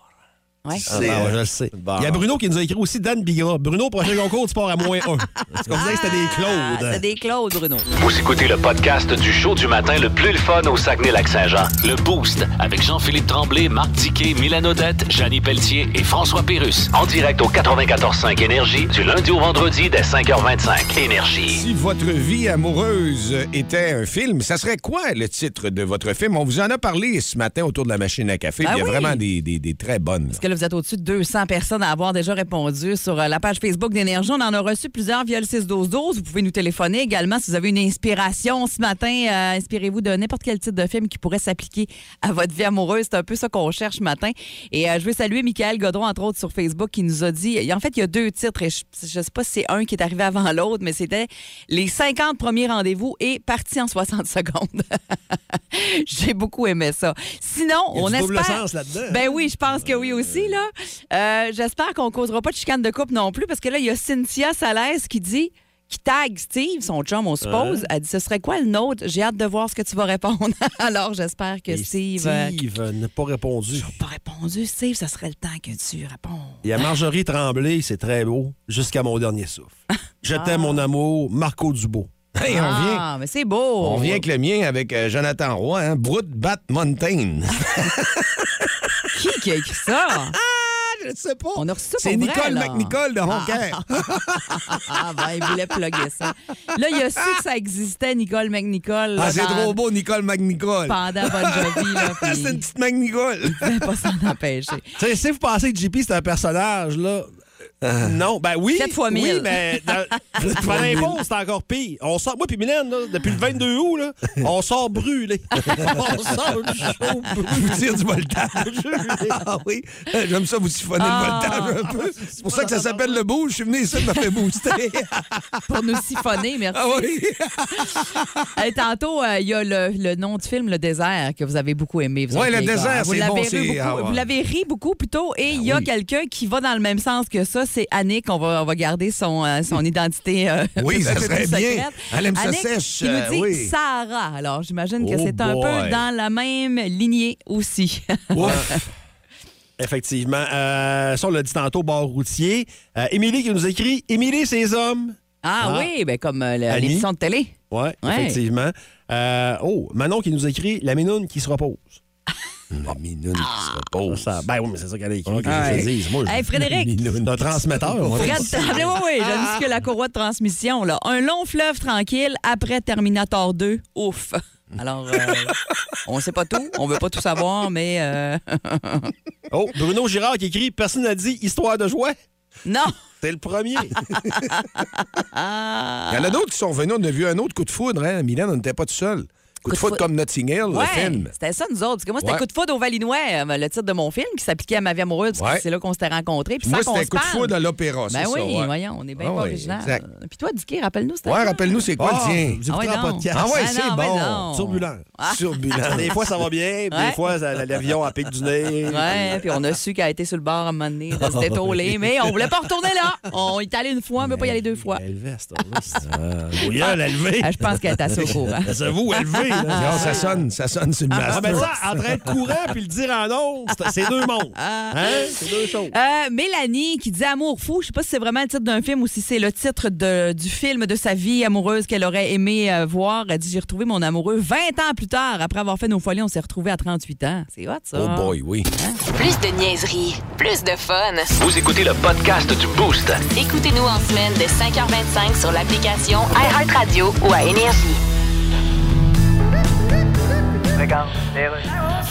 Ouais. Ah, non, je le sais. Bon. Il y a Bruno qui nous a écrit aussi Dan Bigra. Bruno, prochain concours, tu pars à moins 1. Parce qu'on disait que c'était des Ah, Claudes. c'est des Claude, Bruno. Vous écoutez le podcast du show du matin le plus le fun au Saguenay-Lac-Saint-Jean. Le Boost avec Jean-Philippe Tremblay, Marc Diquet, Milan Odette, Janine Pelletier et François Pérus. En direct au 94.5 Énergie du lundi au vendredi dès 5h25. Énergie. Si votre vie amoureuse euh, était un film, ça serait quoi le titre de votre film? On vous en a parlé ce matin autour de la machine à café. Ah Ben puis il y a oui. vraiment des, des- des très bonnes. Parce que là, vous êtes au-dessus de 200 personnes à avoir déjà répondu sur euh, la page Facebook d'Énergie. On en a reçu plusieurs via le 6-12-12. Vous pouvez nous téléphoner également si vous avez une inspiration ce matin. euh, Inspirez-vous de n'importe quel titre de film qui pourrait s'appliquer à votre vie amoureuse. C'est un peu ça qu'on cherche ce matin. Et euh, je veux saluer Michael Godron, entre autres, sur Facebook, qui nous a dit... En fait, il y a deux titres. Et je ne sais pas si c'est un qui est arrivé avant l'autre, mais c'était les 50 premiers rendez-vous et parti en 60 <laughs> secondes. J'ai beaucoup aimé ça. Sinon, Il y a on du double espère... sens là-dedans. Ben oui, je pense que oui aussi, là. Euh, J'espère qu'on causera pas de chicane de couple non plus, parce que là, il y a Cynthia Salès qui dit, qui tag Steve, son chum, on suppose. Elle dit, ce serait quoi le nôtre? J'ai hâte de voir ce que tu vas répondre. <laughs> Alors, j'espère que Et Steve... euh, Steve n'a pas répondu. pas répondu, Steve, ça serait le temps que tu réponds. Il y a Marjorie Tremblay, c'est très beau, jusqu'à mon dernier souffle. Je t'aime, mon amour, Marco Dubo. Hey, on vient. Ah, mais c'est beau! On vient avec le mien avec euh, Jonathan Roy, hein? Brute Bat Mountain. Qui qui a écrit ça? <laughs> je sais pas. On a reçu ça C'est pour vrai, Nicole là. McNicole de Honker. Ah, ben, il voulait plugger ça. Là, il a su que ça existait, Nicole McNicole. Ah, là, c'est dans- trop beau, Nicole McNicole. Pendant Bon Jovi, là, puis <laughs> c'est une petite McNicole. il ne pouvait pas s'en empêcher. <laughs> Tu sais, si vous pensez que JP, c'est un personnage, là. euh, Non, ben oui. Quatre fois Oui, mille. mais <laughs> dans, dans l'impôt, c'est encore pire. On sort, moi puis Mylène, là, depuis le 22 août, là, on sort brûlé. <laughs> on sort du show brûlé. vous dire <laughs> du voltage. ah oui, Euh, j'aime ça vous siphonner Ah. le voltage un peu. C'est pour ça que ça s'appelle le boost. Je suis venu ici, je m'a fait booster. Pour nous siphonner, merci. ah oui. Hey, tantôt, euh, il y a le, le nom du film Le désert que vous avez beaucoup aimé. vous Ouais, autres, Le les gars. désert, Vous c'est l'avez bon, ri c'est- beaucoup- ah ouais. Ben Vous l'avez ri beaucoup plutôt et il y a oui. quelqu'un qui va dans le même sens que ça. C'est Annick. On va, on va garder son, euh, son identité. euh, <laughs> Oui, un ça <laughs> peu plus serait bien. secrète. Elle aime ça Annick, sèche, qui euh, nous dit oui. Sarah. Alors, j'imagine que Oh c'est un boy. peu dans la même lignée aussi. <laughs> Ouf. <laughs> Effectivement. Euh, ça, on l'a dit tantôt, bar routier. Euh, Émilie qui nous écrit Émilie, ses hommes. ah, Ah. oui, ben, comme euh, le- Annie. l'émission de télé. Ouais, Ouais. effectivement. Euh, oh, Manon qui nous écrit La Minoune qui se repose. La minoune qui se repose. Ça, ben oui, mais c'est ça qu'elle a écrit. Oh. Ouais. que je dise. Moi, je- Hey, <laughs> Frédéric. Minoune. Un transmetteur, moi. Fred, Ah oui, oui, j'ai dit que la courroie de transmission, là. Un long fleuve tranquille après Terminator 2. Ouf. Alors, <laughs> euh, on sait pas tout, on veut pas tout savoir, mais euh, <laughs> Oh, Bruno Girard qui écrit Personne n'a dit histoire de joie. non. T'es <laughs> le premier. Il y en a d'autres qui sont venus. On a vu un autre coup de foudre. Hein. Milan, on n'était pas tout seul. Coup de foudre comme Notting Hill, le Ouais, film. c'était ça, nous autres. Parce que moi, c'était Ouais. Coup de foudre au Valinois, euh, le titre de mon film, qui s'appliquait à ma vie amoureuse, parce Ouais. que c'est là qu'on s'était rencontrés. Puis Moi, sans qu'on c'était se coup de parle. foudre à l'opéra. c'est Ben oui, ça, ouais. voyons, on est bien Ah pas ouais, original. exact. Puis toi, Dicky, rappelle-nous, c'était Ouais, quand? rappelle-nous c'est quoi Ah, le tien. vous écoutez Ah ouais, un donc. podcast. Ah ouais, Ah c'est non, ben non. Ah. bon. Turbulent. <laughs> Turbulent. Des fois, ça va bien, puis des fois, ça- l'avion à pic du nez. Ouais, puis on a su qu'elle a été sur le bord à un moment donné <laughs> de se détourler, mais on voulait pas retourner là. On est allé une fois, on veut pas y aller deux fois. Elle veste, on veste. Ah, oui, elle a levé. Ah, je pense qu'elle est assez au courant. <laughs> Elle se voue, elle levé. là. Ah, Non, ça sonne, ça sonne sur le Ah, master. ben ça, entre être courant puis le dire en ondes, c'est- c'est deux mondes. Ah. Hein? C'est deux choses. Euh, Mélanie qui dit Amour fou. Je sais pas si c'est vraiment le titre d'un film ou si c'est le titre de- du film de sa vie amoureuse qu'elle aurait aimé euh, voir. Elle dit J'ai retrouvé mon amoureux 20 ans plus tard. Après avoir fait nos folies, on s'est retrouvés à 38 ans. C'est hot, ça. Oh boy, oui. Plus de niaiserie, plus de fun. Vous écoutez le podcast du Boost. Écoutez-nous en semaine de 5h25 sur l'application iHeartRadio ou à Énergie. Regarde, les rues. Ah,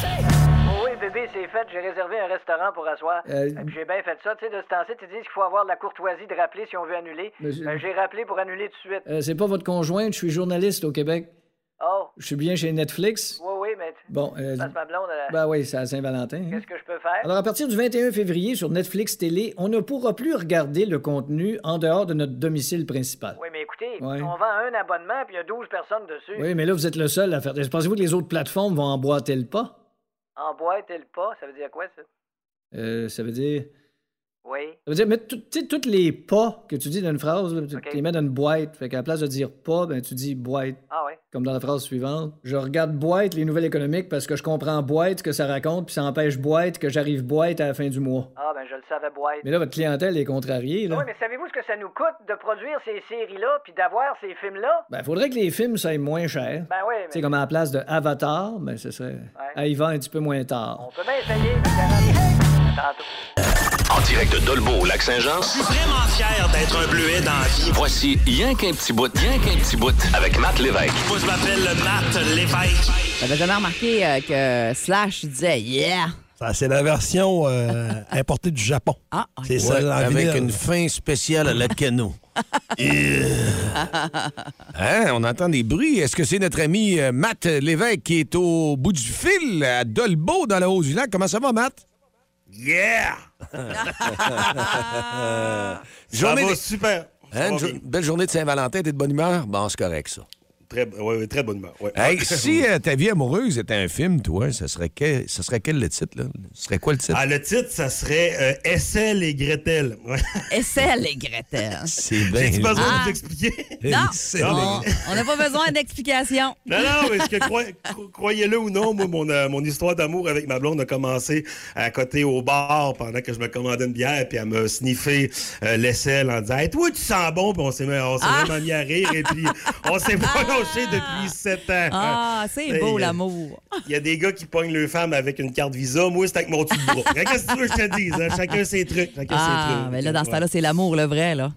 Oui, bébé, c'est fait. J'ai réservé un restaurant pour asseoir. Euh, Euh, puis J'ai bien fait ça. Tu sais, de ce temps-ci, tu dis qu'il faut avoir de la courtoisie de rappeler si on veut annuler. Monsieur- Ben, J'ai rappelé pour annuler tout de suite. Euh, c'est pas votre conjointe, je suis journaliste au Québec. Oh, Je suis bien chez Netflix. oui, oui, mais... Bon, euh, Parce que ma blonde, elle- Ben oui, c'est à Saint-Valentin. hein. Qu'est-ce que je peux faire? Alors, à partir du 21 février, sur Netflix Télé, on ne pourra plus regarder le contenu en dehors de notre domicile principal. Oui, mais écoutez, Ouais. on vend un abonnement, puis il y a 12 personnes dessus. Oui, mais là, vous êtes le seul à faire. Pensez-vous que les autres plateformes vont emboîter le pas? En boîte et le pas, ça veut dire quoi, ça? Euh, ça veut dire. Oui. Ça veut dire, mettre tout- tu sais, tous les pas que tu dis dans une phrase, là, tu tu les mets dans une boîte. Fait qu'à la place de dire pas, ben, tu dis boîte. Ah ouais. Comme dans la phrase suivante. Je regarde boîte les nouvelles économiques parce que je comprends boîte ce que ça raconte, puis ça empêche boîte que j'arrive boîte à la fin du mois. Ah, ben je le savais boîte. Mais là, votre clientèle est contrariée, là. Ah Oui, mais savez-vous ce que ça nous coûte de produire ces séries-là, puis d'avoir ces films-là? Ben, faudrait que les films soient moins chers. Ben oui, Tu mais sais, comme à la place de Avatar, ben, ce serait. à y va un petit peu moins tard. on peut bien essayer. mais- Tantôt. En direct de Dolbeau, Lac-Saint-Jean. Je suis vraiment fier d'être un bleuet dans la vie. Voici Rien qu'un petit bout, rien qu'un petit bout avec Matt Lévesque. Moi, je m'appelle Matt Lévesque. J'avais jamais remarqué euh, que Slash disait Yeah. Ça, c'est la version euh, importée du Japon. Ah, C'est Ouais, celle en Avec vinyle. une fin spéciale à la cano. Hein, on entend des bruits. Est-ce que c'est notre ami euh, Matt Lévesque qui est au bout du fil à Dolbeau dans la Haut-du-Lac? Comment ça va, Matt? Yeah! va de- super. Ça Hein, va une jo- bien. belle journée de Saint-Valentin. T'es de bonne humeur? Bon, c'est correct, ça. Très, ouais, ouais, très bonne humeur. ouais. Hey, si euh, ta vie amoureuse était un film, toi, ça serait quel, ça serait quel le titre? Là? Ce serait quoi le titre? Ah, le titre, ça serait euh, Essel et Gretel. Ouais. Et c'est les Gretel. C'est bien. J'ai-tu besoin de Ah. vous expliquer? Non, Essel et- on- on n'a pas besoin d'explication. <laughs> Non, Ah non, mais ce que croi- cro- croyez-le ou non, moi, mon, euh, mon histoire d'amour avec ma blonde a commencé à côté au bar pendant que je me commandais une bière, puis elle me sniffait euh, l'aisselle en disant Hey, Toi, tu sens bon, puis on s'est, mis- on s'est Ah! vraiment mis à rire, et puis <laughs> on s'est <laughs> pas lâché depuis sept ans. Ah, c'est Euh, beau il y a- l'amour. Il y a des gars qui pognent leurs femmes avec une carte Visa. Moi, c'est avec mon tube de bras. Qu'est-ce que tu veux que je te dise? hein? Chacun ses trucs. Chacun ses Ah, trucs. mais là, dans ce Ouais. Ah, temps-là, c'est l'amour, le vrai, là.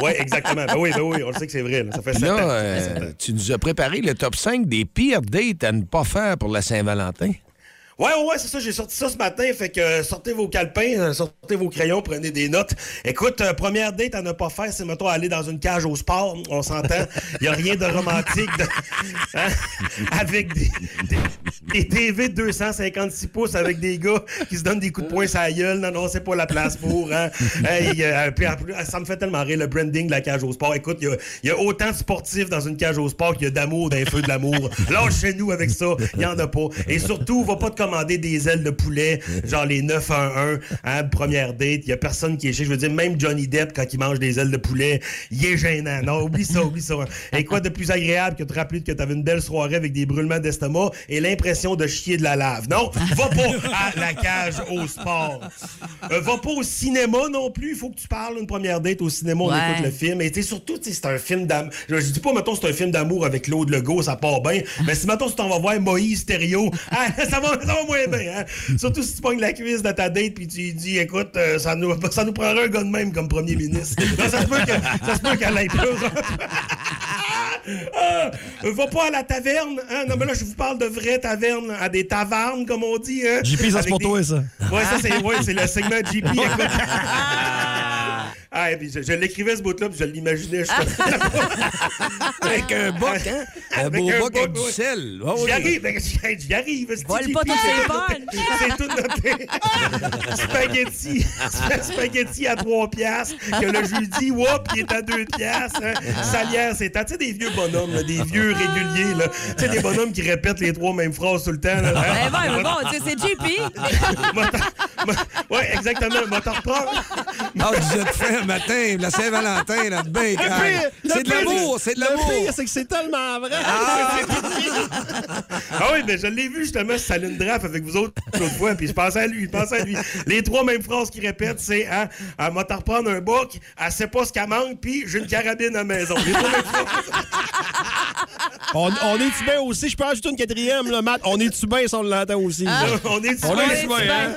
Oui, exactement. Ben oui, ben oui, on le sait que c'est vrai. là. Ça fait Puis sept là, ans. euh, tu nous as préparé le top 5 des pires dates à ne pas faire pour la Saint-Valentin. Ouais, ouais, ouais, c'est ça, j'ai sorti ça ce matin, fait que euh, sortez vos calepins, euh, sortez vos crayons, prenez des notes. Écoute, euh, première date à ne pas faire, c'est, mettons, aller dans une cage au sport, on s'entend, il n'y a rien de romantique, de- <laughs> hein, avec des, des, des TV de 256 pouces, avec des gars qui se donnent des coups de poing sur la gueule, non, non, c'est pas la place pour, hein. Hey, euh, puis en plus, ça me fait tellement rire, le branding de la cage au sport. Écoute, il y a- il y, a autant de sportifs dans une cage au sport qu'il y a d'amour dans les feux de l'amour. Lâchez-nous avec ça, il y en a pas. Et surtout, va pas te commander des ailes de poulet, genre les 911, hein, première date, il y a personne qui est chez. Je veux dire, même Johnny Depp, quand il mange des ailes de poulet, il est gênant. Non, oublie ça, oublie ça. Et quoi de plus agréable que de te rappeler que t'avais une belle soirée avec des brûlements d'estomac et l'impression de chier de la lave. Non, va pas à la cage au sport. Euh, va pas au cinéma non plus. Il faut que tu parles une première date au cinéma. On Ouais. écoute le film. Et tu sais, surtout, tu sais, c'est un film d'amour. Je, je dis pas, mettons, c'est un film d'amour avec Claude Legault, ça part bien. Mais si, mettons, tu t'en vas voir Moïse Thériault, <laughs> ah, ça, va, ça va moins bien. hein. Surtout si tu pognes la cuisse de ta date puis tu lui dis, écoute, euh, ça, nous, ça nous prendra un gars de même comme premier ministre. <laughs> Non, ça se peut que- ça se peut qu'elle aille plus. <laughs> Ah, va pas à la taverne. hein. Non, mais là, je vous parle de vraies tavernes, à des tavernes, comme on dit. Hein? JP, ça, c'est Avec pour des- toi, ça. Ouais, ça, c'est ouais, c'est le segment JP. <laughs> écoute. ah, et puis je, je l'écrivais, ce bout-là, puis je l'imaginais. je- Avec un boc, hein? Un Avec beau boc avec du ouais. sel. Oh, oui. J'y arrive, ben, j'y- j'y arrive. c'est Vole JP, pas tous c'est les tout noté. <laughs> C'est tout noté. Spaghetti. Spaghetti à 3 piastres. Que le jeudi, whoop, il est à 2 piastres. hein. Salière, c'est à. Tu sais, des vieux bonhommes, là, des vieux réguliers. là. Tu sais, des Ah euh, <laughs> Eh bonhommes qui répètent les trois mêmes phrases tout le temps. là. <laughs> Ah, Ben, ben, ben, bon, tu sais, c'est JP. Moi, oui, exactement. Moi, t'en reprends. Ah, je disais de faire un matin, la Saint-Valentin, là, de bain, ah. Le pire- le C'est de pire- l'amour, c'est de Le l'amour. pire, c'est que c'est tellement vrai. <laughs> Ah oui, mais je l'ai vu justement sur Saline Draft avec vous autres l'autre fois, puis je pensais à lui, je pensais à lui. Les trois mêmes phrases qu'il répète, c'est hein, « Elle m'a t'en reprendre un boc, elle sait pas ce qu'elle manque, puis j'ai une carabine à la maison. » Les ben, trois mêmes phrases. on, on est-tu bien aussi? Je peux ajouter une quatrième, là, Matt. On est-tu bien si on l'entend aussi? Ah. là? <laughs> On est-tu On bien? est-tu bien, hein?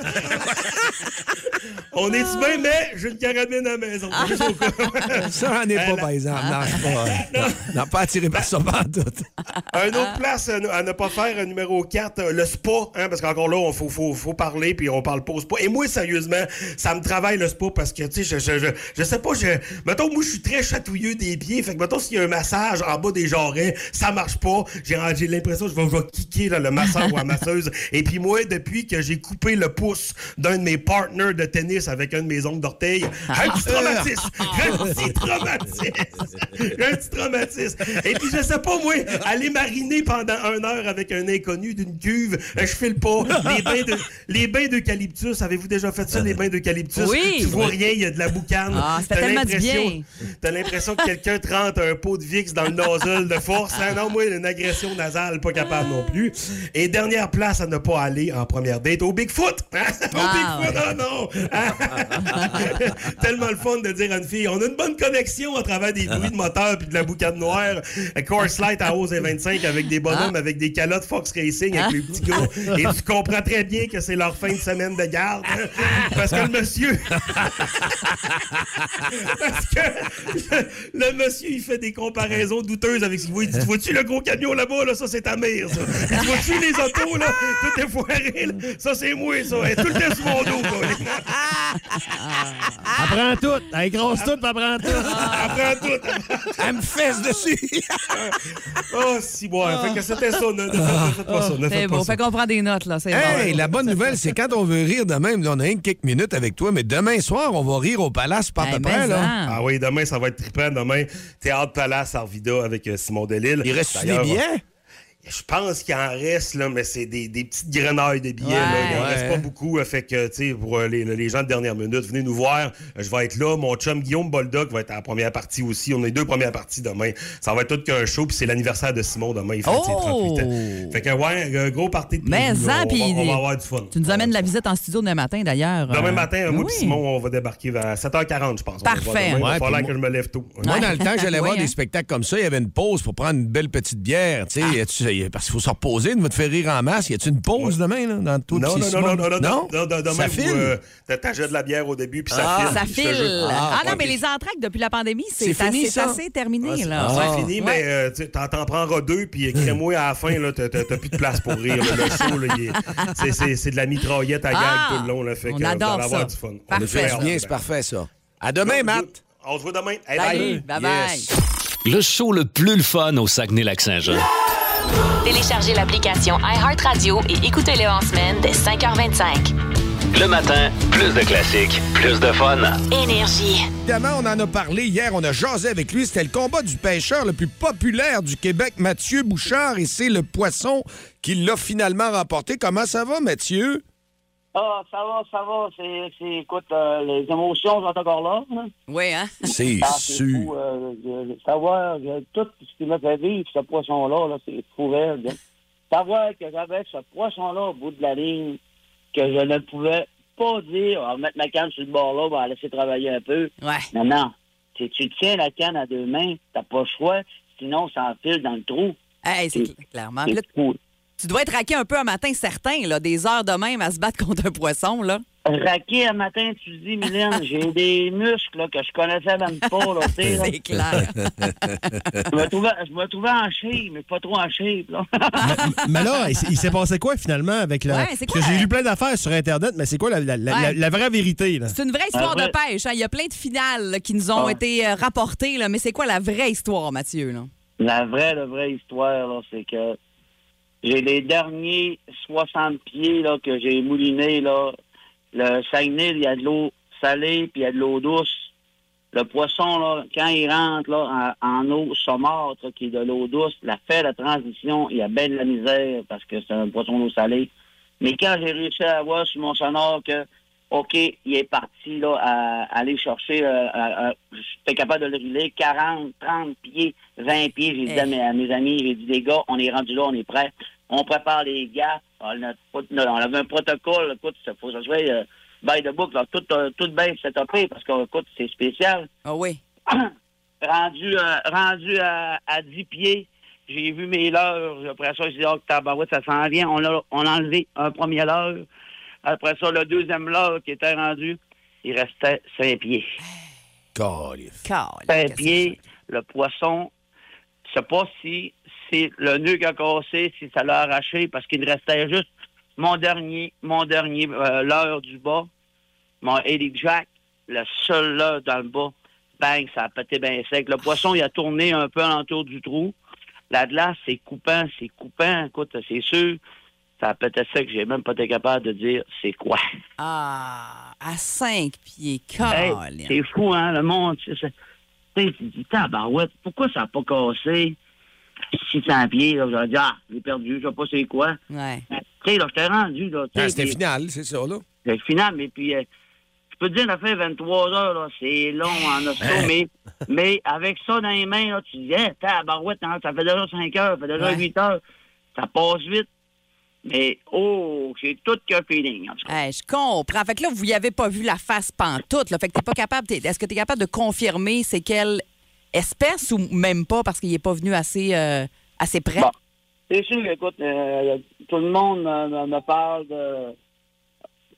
On est humain, mais j'ai une carabine à la maison. Ah. C'est juste au cas. Ça, on n'est pas, Euh, par exemple. Non, je suis pas. On n'a pas attiré par ça, pas en tout. <laughs> Un autre place à ne- à ne pas faire, euh, numéro 4, euh, le spa, hein, parce qu'encore là, on faut, faut, faut parler, puis on parle pas au spa. Et moi, sérieusement, ça me travaille le spa, parce que, tu sais, je, je, je, je sais pas, je, mettons, moi, je suis très chatouilleux des pieds, fait que, mettons, s'il y a un massage en bas des jarrets, ça marche pas, j'ai j'ai l'impression que je vais, je vais kicker là, le masseur ou la masseuse. Et puis moi, depuis que j'ai coupé le pouce d'un de mes partners de tennis avec un de mes ongles d'orteil, j'ai un petit Ah. traumatisme, j'ai un petit traumatisme. J'ai un petit traumatisme. Et puis, je sais pas, moi, aller mariner pendant une heure avec un inconnu d'une cuve, euh, je file pas. Les bains de- Les bains d'eucalyptus, avez-vous déjà fait ça, les bains d'eucalyptus? Oui. Tu vois rien, il y a de la boucane. Ah, ça fait T'as tellement du l'impression- bien. T'as l'impression que quelqu'un te rentre un pot de Vicks dans le nozzle de force. Ah non, moi, une agression nasale, pas capable non plus. Et dernière place à ne pas aller en première date, au Bigfoot. Hein? Au Ah, Bigfoot, ouais. ah non! Hein? <laughs> Tellement le fun de dire à une fille, on a une bonne connexion à travers des bruits de moteur puis de la boucane noire. Course Light à Rose et 25 avec des Ah. bonhommes, avec des calottes Fox Racing, avec les petits gars. Et tu comprends très bien que c'est leur fin de semaine de garde. hein, Parce que le monsieur... Parce que le monsieur, il fait des comparaisons douteuses avec ce qu'il voit. Il dit, Tu vois-tu le gros camion là-bas, là? Ça, c'est ta mère, ça. Tu vois-tu les autos, là? Tout est foiré, là. Ça, c'est moi, ça. Et tout le temps sur mon dos, quoi. Apprends tout. Elle grosse Ah. tout, puis apprends tout. Apprends tout. Elle me fesse dessus. oh, si, bon. Fait que c'était ça. Ne, ne faites- ne faites pas ça. C'est Ne faites pas bon, ça. fait qu'on prend des notes, là. C'est Hey, bon. la bonne nouvelle, c'est quand on veut rire de même, là, on a une quelques minutes avec toi, mais demain soir, on va rire au palace Eh, par après, hein. là. Ah oui, demain, ça va être trippant. Demain, Théâtre Palace, Arvida avec euh, Simon Delille. Il reste-tu des D'ailleurs, billets? Je pense qu'il en reste, là, mais c'est des, des petites grenailles de billets. là. Il en Ouais. reste pas beaucoup. euh, Fait que, tu sais, pour euh, les, les gens de dernière minute, venez nous voir. Euh, Je vais être là. Mon chum Guillaume Boldoc va être à la première partie aussi. On a les deux premières parties demain. Ça va être tout qu'un show. Puis c'est l'anniversaire de Simon demain. Il fait Oh! ses 38 ans. Fait que, ouais, un gros party de Mais prévu, là. ça, on, puis va- on va avoir du fun. Tu nous amènes la visite en studio demain matin, d'ailleurs. Demain Euh, matin, moi oui. et Simon, on va débarquer à 7h40, je pense. On va voir Parfait. demain. Il va Ouais, puis falloir moi- que je me lève tôt. Moi, dans <laughs> le temps que j'allais Ouais, voir hein. des spectacles comme ça, il y avait une pause pour prendre une belle petite bière, tu sais, Ah. y a-tu- y a- parce qu'il faut se reposer, de te faire rire en masse. Y a-tu une pause demain, là, dans tout Non, non, ces non, semaines? non, non, non, non, non, non, demain, Ça vous, file? euh, T'attends, j'ai de la bière au début, puis ça Ah. file. Ça je te jure. file. Ah, non, ouais, mais puis- les entraques depuis la pandémie, c'est C'est fini, assez, ça? assez terminé, Ah, c'est- là. C'est Ouais. fini, Ouais. mais euh, tu- t'en t'en prendras deux, puis euh, crée-moi à la fin, là, t'as t'as- t'as plus de place pour rire. là. le show, là, il est- c'est- c'est c'est de la mitraillette à gag Ah! tout le long. Là, fait On que, euh, vous adore allez avoir ça. du fun. On a fait Parfait. du bien, c'est parfait, ça. À demain, Matt. On se voit demain. Hey, Salut, bye-bye. Yes. Le show le plus le fun au Saguenay-Lac-Saint-Jean. Téléchargez l'application iHeartRadio et écoutez-le en semaine dès 5h25. Le matin, plus de classiques, plus de fun. Énergie. Évidemment, on en a parlé hier, on a jasé avec lui. C'était le combat du pêcheur le plus populaire du Québec, Mathieu Bouchard, et c'est le poisson qui l'a finalement remporté. Comment ça va, Mathieu? Ah, ça va, ça va. C'est, c'est- écoute, euh, les émotions sont encore là. Oui, hein? C'est Ah, sûr. fou, euh, de- de savoir euh, tout ce qui m'a fait vivre, ce poisson-là, là, c'est fou. raide. hein. Savoir que j'avais ce poisson-là au bout de la ligne, que je ne pouvais pas dire, on va mettre ma canne sur le bord-là, on va la laisser travailler un peu. Non, non. Si tu tiens la canne à deux mains, t'as pas le choix, sinon ça enfile dans le trou. Hey, c'est cl- clairement. Puis là, tu dois être raqué un peu un matin certain, là, des heures de même à se battre contre un poisson, <laughs> là. Raqué un matin, tu te dis, Mylène, j'ai des muscles là, que je connaissais même pas. Là, tu <laughs> sais, là. C'est clair. je me trouvais, je me trouvais en shape, mais pas trop en shape. Là. Mais là, il s'est- il s'est passé quoi finalement avec la. Ouais, c'est Parce que quoi, j'ai euh? lu plein d'affaires sur Internet, mais c'est quoi la, la- la- Ouais. la- la vraie vérité? là? C'est une vraie histoire de pêche. hein. Il y a plein de finales là, qui nous ont Ah. été euh, rapportées, là, mais c'est quoi la vraie histoire, Mathieu? Là? La vraie, la vraie histoire, là, c'est que j'ai les derniers 60 pieds là, que j'ai moulinés. Là. Le Saguenay, il y a de l'eau salée, puis il y a de l'eau douce. Le poisson, là, quand il rentre là, en, en eau saumâtre, là, qui est de l'eau douce, la fait la transition, il y a bien de la misère parce que c'est un poisson d'eau salée. Mais quand j'ai réussi à avoir sur mon sonore que OK, il est parti là, à, aller chercher, euh, à- à- j'étais capable de le riler, 40, 30 pieds, 20 pieds. Eh. J'ai dit à mes, à mes amis, j'ai dit, les gars, on est rendu là, on est prêts. On prépare les gars. On, a- on avait un protocole. Écoute, il faut se jouer euh, by the book. là, tout, euh, tout bien setupé parce que, écoute, c'est spécial. Ah oui. rendu euh, rendu à, à 10 pieds, j'ai vu mes leurres. Après ça, j'ai dit, oh, tabarouette, ça s'en vient. On a, on a enlevé un premier leurre. Après ça, le deuxième leurre qui était rendu, il restait 5 pieds. Calif. 5 pieds, le poisson, je sais pas si c'est le nœud qui a cassé, si ça l'a arraché, parce qu'il restait juste mon dernier, mon dernier euh, leurre du bas, mon Eddie Jack, le seul leurre dans le bas. Bang, ça a pété bien sec. Le poisson, il a tourné un peu alentour du trou. La glace, c'est coupant, c'est coupant. Écoute, c'est sûr, ça a pété sec. J'ai même pas été capable de dire c'est quoi. Ah, à 5 pieds, Hey, Colin. c'est fou, hein, le monde. Tu sais, tu sais, tu te dis, tabarouette, pourquoi ça n'a pas cassé 600 pieds? Là, j'aurais dit, ah, j'ai perdu, je sais pas c'est quoi. Ouais. Tu sais, là, je t'ai rendu, là. tu sais, Ah, C'était puis- final, c'est ça, là. C'est final, mais puis, euh, je peux te dire, on a fait 23 heures, là, c'est long Hein? en osto, mais, mais avec ça dans les mains, là, tu disais, hey, tabarouette, hein, ça fait déjà 5 heures, ça fait déjà 8 heures, ça passe vite. Mais, oh, c'est tout qu'un feeling, en tout cas. Hey, je comprends. Fait que là, vous n'y avez pas vu la face pantoute. Là. Fait que t'es pas capable. t'es- Est-ce que tu es capable de confirmer c'est quelle espèce ou même pas parce qu'il n'est pas venu assez, euh, assez près? C'est sûr, écoute, euh, tout le monde me, me- me parle de.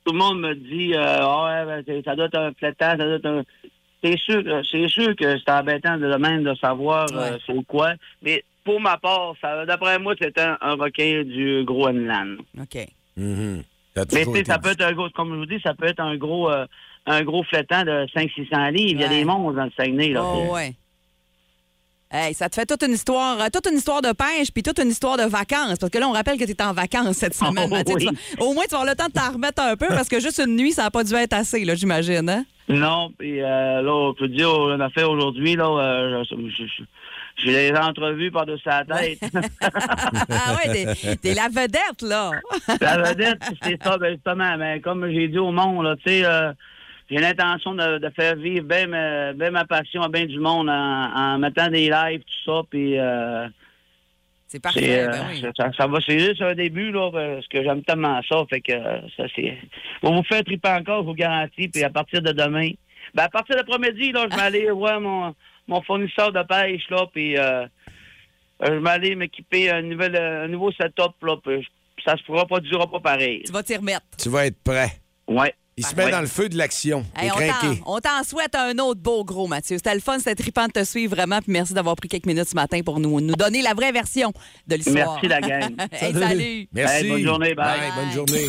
Tout le monde me dit, euh, Ah ouais, ben, c'est- ça doit être un flétan, ça doit être un. C'est sûr, euh, c'est sûr que c'est embêtant de même de savoir euh, c'est quoi. Mais pour ma part, ça, d'après moi, c'était un, un requin du Groenland. OK. Ça a Mais toujours tu sais, été ça peut être un gros, comme je vous dis, ça peut être un gros, euh, un gros flétan de 500-600 livres. Il y a des monstres dans le Saguenay. Là, Oh, C'est- ouais. Hey, ça te fait toute une histoire, euh, toute une histoire de pêche, puis toute une histoire de vacances. Parce que là, on rappelle que tu es en vacances <laughs> cette semaine. hein, tu sais, Oh, oui. tu vas- Au moins, tu vas avoir le temps de t'en remettre un peu parce que juste une nuit, ça n'a pas dû être assez, là, j'imagine. hein? <laughs> Non, puis euh, là, on peut dire, on en a fait aujourd'hui, là, euh, je- je- je- j'ai les entrevues par-dessus la tête. Ah ouais, t'es- t'es la vedette, là. la vedette, c'est Ah. ça, ben, justement, ben, comme j'ai dit au monde, là, tu sais, euh, j'ai l'intention de, de faire vivre ben, ma- ben ma passion à bien du monde en, en mettant des lives, tout ça, puis... euh, C'est c'est, parfait, euh, ben oui. ça- ça, ça va, c'est juste un début, là, parce que j'aime tellement ça, fait que euh, ça, c'est... On vous fait triper encore, je vous garantis, puis à partir de demain... Ben, à partir de l'après-midi, là, je vais <laughs> aller voir mon, mon fournisseur de pêche, là, puis euh, je vais aller m'équiper un, nouvel, euh, un nouveau setup, là, puis je- ça se pourra pas, durera pas pareil. Tu vas t'y remettre. Tu vas être prêt. Ouais. Il se met Ah, Ouais. dans le feu de l'action. Il Hey, est on t'en- craqué. on t'en souhaite un autre beau gros, Mathieu. C'était le fun, c'était trippant de te suivre vraiment. Puis merci d'avoir pris quelques minutes ce matin pour nous, nous donner la vraie version de l'histoire. Merci, la gang. <laughs> Hey, <laughs> salut. Merci. Hey, bonne journée, bye. Bonne journée.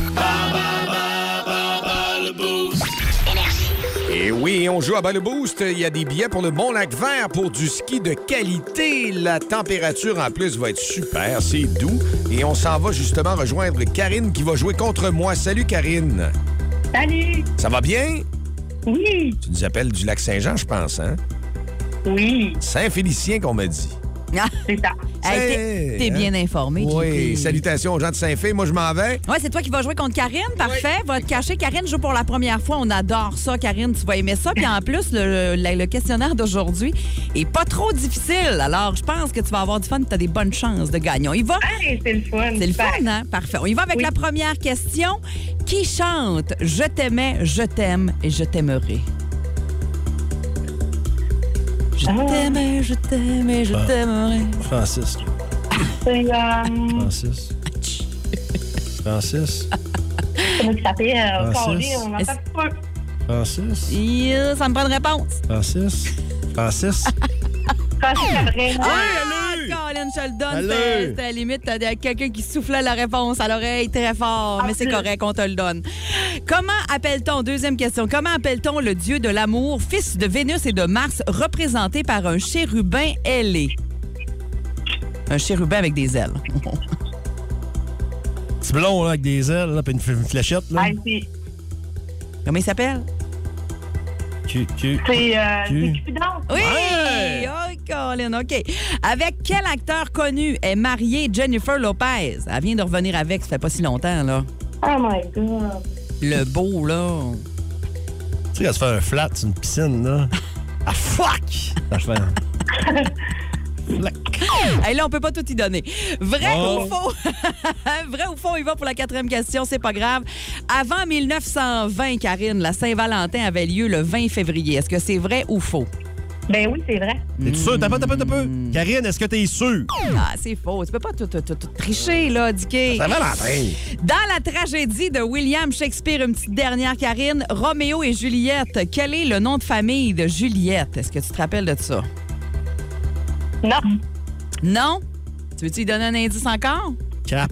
Et oui, on joue à bas le boost. Il y a des billets pour le Mont Lac Vert pour du ski de qualité. La température en plus va être super, c'est doux. Et on s'en va justement rejoindre Karine qui va jouer contre moi. Salut Karine. Salut! Ça va bien? Oui. Tu nous appelles du lac Saint-Jean, je pense, hein? Oui. Saint-Félicien qu'on m'a dit. C'est ça. Ah, Hey, t'es- t'es bien informé, Oui, JP. salutations aux gens de Saint-Fé. Moi, je m'en vais. Ouais, c'est toi qui vas jouer contre Karine, parfait. Va te cacher. Karine joue pour la première fois. On adore ça, Karine. Tu vas aimer ça. Puis <laughs> en plus, le, le- le questionnaire d'aujourd'hui est pas trop difficile. Alors, je pense que tu vas avoir du fun. Tu as des bonnes chances de gagner. On y va. c'est le fun. C'est le fun, hein? Parfait. On y va avec la première question. Qui chante Je t'aimais, je t'aime et je t'aimerai? Je Ah. t'aimais, je t'aimais, je Ah. t'aimerai. Francis. C'est, euh, Francis. Francis. comment il s'appelle? Euh, Francis. Carré, on m'entend pas. Francis. Yeah, ça me prend une réponse. Francis. Francis. Ah, Colin, je te le donne. Allô? C'était c'était à la limite, t'as quelqu'un qui soufflait la réponse à l'oreille très fort, mais c'est correct, on te le donne. Comment appelle-t-on, deuxième question, comment appelle-t-on le dieu de l'amour, fils de Vénus et de Mars, représenté par un chérubin ailé? Un chérubin avec des ailes. <laughs> Petit blond, là, avec des ailes, là, puis une, f- une fléchette, là. Hey, c'est- Comment il s'appelle? C'est Tu- euh, c'est Cupidon. Oui! Oh, Colin, OK. Avec quel acteur connu est mariée Jennifer Lopez? Elle vient de revenir avec, ça fait pas si longtemps, là. Oh my God. Le beau, là. Tu sais, elle se fait un flat sur une piscine, là. Ah, fuck! Ça se fait un- Et là, on peut pas tout y donner. Vrai Oh. ou faux? <laughs> Vrai ou faux, il va pour la quatrième question, c'est pas grave. Avant 1920, Karine, la Saint-Valentin avait lieu le 20 février. Est-ce que c'est vrai ou faux? Ben oui, c'est vrai. T'es-tu sûr? T'as pas, t'as pas, t'as pas. Karine, est-ce que t'es sûr? Ah, c'est faux. Tu peux pas tout, tout, tout, tout tricher, là, Dicky. Ça va, Valentin. Dans la tragédie de William Shakespeare, une petite dernière, Karine, Roméo et Juliette, quel est le nom de famille de Juliette? Est-ce que tu te rappelles de ça? Non. Non? Tu veux-tu lui donner un indice encore? Cap.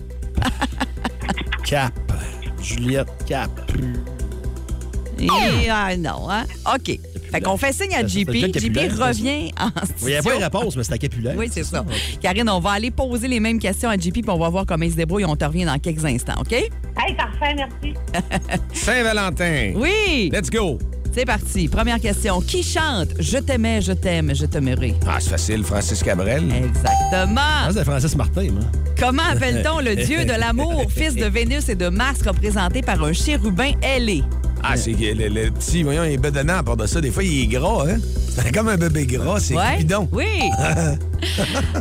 Cap. Juliette Cap. Et, ah, non, hein? OK. Fait qu'on fait signe à Oh! Ça, ça, c'est JP. le JP capulaire, revient en Il n'y studio. avait pas de réponse, mais c'était capulaire. Oui, c'est ça. Karine, on va aller poser les mêmes questions à JP, puis on va voir comment il se débrouille. On te revient dans quelques instants, OK? Hey, parfait, merci. Saint-Valentin. Oui! Let's go! C'est parti. Première question. Qui chante Je t'aimais, je t'aime, je t'aimerai? Ah, c'est facile, Francis Cabrel. Ah. Exactement. Ah, C'est Francis Martin, hein. moi. Comment appelle-t-on le dieu de <laughs> l'amour, fils de Vénus et de Mars, représenté par un chérubin ailé? Ah, c'est que le, le petit, voyons, il est bedonnant à part de ça. Des fois, il est gras, hein? C'est comme un bébé gras, c'est Ouais? Cupidon. <laughs> Oui.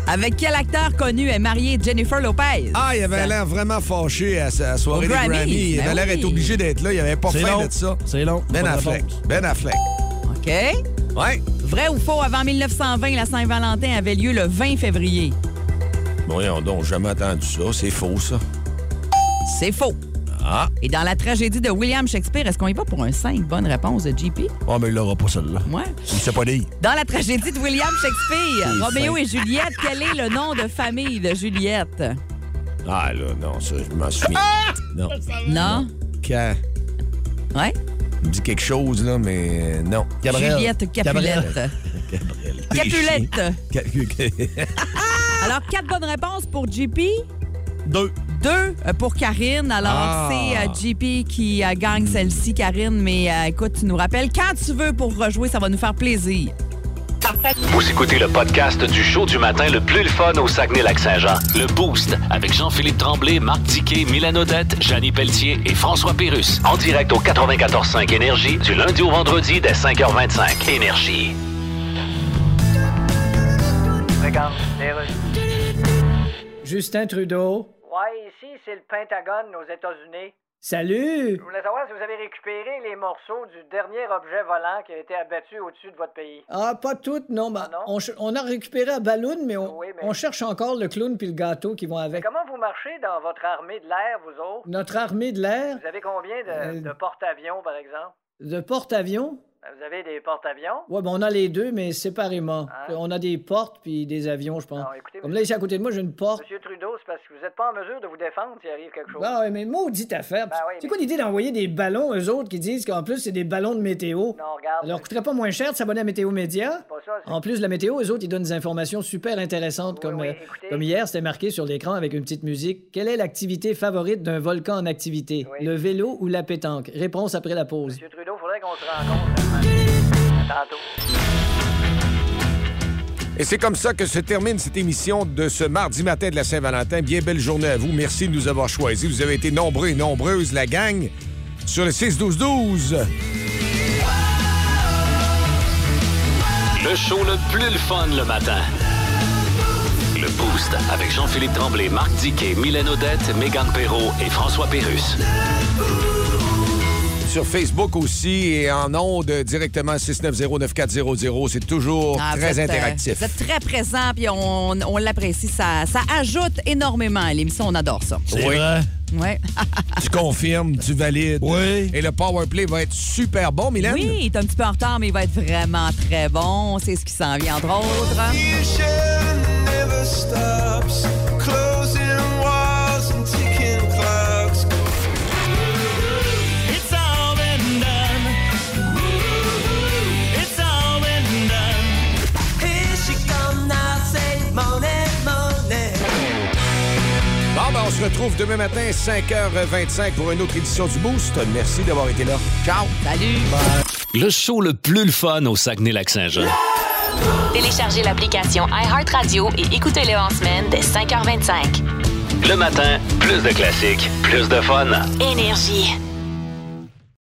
Avec quel acteur connu est marié Jennifer Lopez? Ah, il avait l'air vraiment fâché à sa soirée Au des Grammy. Grammy. Il Ben avait l'air oui. d'être obligé d'être là. Il avait pas C'est faim long. de ça. C'est long. Ben Pas de Affleck. réponse. Ben Affleck. OK. Ouais. Vrai ou faux, avant 1920, la Saint-Valentin avait lieu le 20 février. Voyons donc, j'ai jamais entendu ça. C'est faux, ça. C'est faux. Ah. Et dans la tragédie de William Shakespeare, est-ce qu'on y va pour un 5 bonnes réponses de JP? Oh, mais il l'aura pas, celle-là. Ouais. Il sait pas lire. Dans la tragédie de William Shakespeare, C'est Roméo fin. et Juliette, quel est le nom de famille de Juliette? Ah, là, non, ça, je m'en souviens. Non. Non? Quand. Ah! Ouais? Il me dit quelque chose, là, mais euh, non. Juliette Capulette. Gabriel. <laughs> Capulette. Alors, quatre bonnes réponses pour JP. Deux. Deux euh, pour Karine. Alors, Ah. c'est euh, JP qui euh, gagne celle-ci, Karine. Mais euh, écoute, tu nous rappelles quand tu veux pour rejouer, ça va nous faire plaisir. Vous écoutez le podcast du show du matin le plus le fun au Saguenay-Lac-Saint-Jean. Le Boost avec Jean-Philippe Tremblay, Marc Diquet, Milan Odette, Janine Pelletier et François Pérus. En direct au 94.5 Énergie du lundi au vendredi dès 5h25. Énergie. Regarde, les Russes. Justin Trudeau. Ouais, ici, c'est le Pentagone aux États-Unis. Salut! Je voulais savoir si vous avez récupéré les morceaux du dernier objet volant qui a été abattu au-dessus de votre pays. Ah, pas toutes, non. mais on, ch- on a récupéré à Balloon, mais on, on cherche encore le clown puis le gâteau qui vont avec. Comment vous marchez dans votre armée de l'air, vous autres? Notre armée de l'air, Vous avez combien de, Euh, de porte-avions, par exemple? Ben, de porte-avions. Vous avez des porte-avions? Hein? Ouais, ben on a les deux, mais séparément. On a des portes puis des avions, je pense. Comme là, ici à côté de moi, j'ai une porte. Monsieur Trudeau, c'est parce que vous n'êtes pas en mesure de vous défendre s'il arrive quelque chose. Ben Ah ouais, mais maudite affaire. c'est quoi l'idée d'envoyer des ballons, eux autres, qui disent qu'en plus, c'est des ballons de météo? Non, regarde. Ça leur coûterait pas moins cher de s'abonner à Météo Média? Pas ça, c'est- En plus, la météo, eux autres, ils donnent des informations super intéressantes, comme, euh, comme hier, c'était marqué sur l'écran avec une petite musique. Quelle est l'activité favorite d'un volcan en activité? Le vélo ou la pétanque? Réponse après la pause. Monsieur Trudeau, faudrait qu'on se rencontre. hein, à Tantôt. Et c'est comme ça que se termine cette émission de ce mardi matin de la Saint-Valentin. Bien belle journée à vous. Merci de nous avoir choisis. Vous avez été nombreux et nombreuses, la gang, sur le 6-12-12. Le show le plus le fun le matin. Le Boost avec Jean-Philippe Tremblay, Marc Diquet, Milan Odette, Megan Perrault et François Pérus. Sur Facebook aussi et en ondes directement 690-9400. C'est toujours Ah, très vous êtes, euh, interactif. vous êtes très présent, puis on, on l'apprécie. Ça, ça ajoute énormément à l'émission. On adore ça. Oui. Ouais. Tu confirmes, tu valides. Oui. Et le powerplay va être super bon, Mylène. Oui, il est un petit peu en retard, mais il va être vraiment très bon. C'est ce qui s'en vient, entre autres. Bon, ben, on se retrouve retrouve demain matin, 5h25, pour une autre édition du Boost. Merci d'avoir été là. Ciao. Salut. Le show le plus le fun au Saguenay-Lac-Saint-Jean. Téléchargez l'application iHeartRadio et écoutez-le en semaine dès 5h25. Le matin, plus de classiques, plus de fun. Énergie.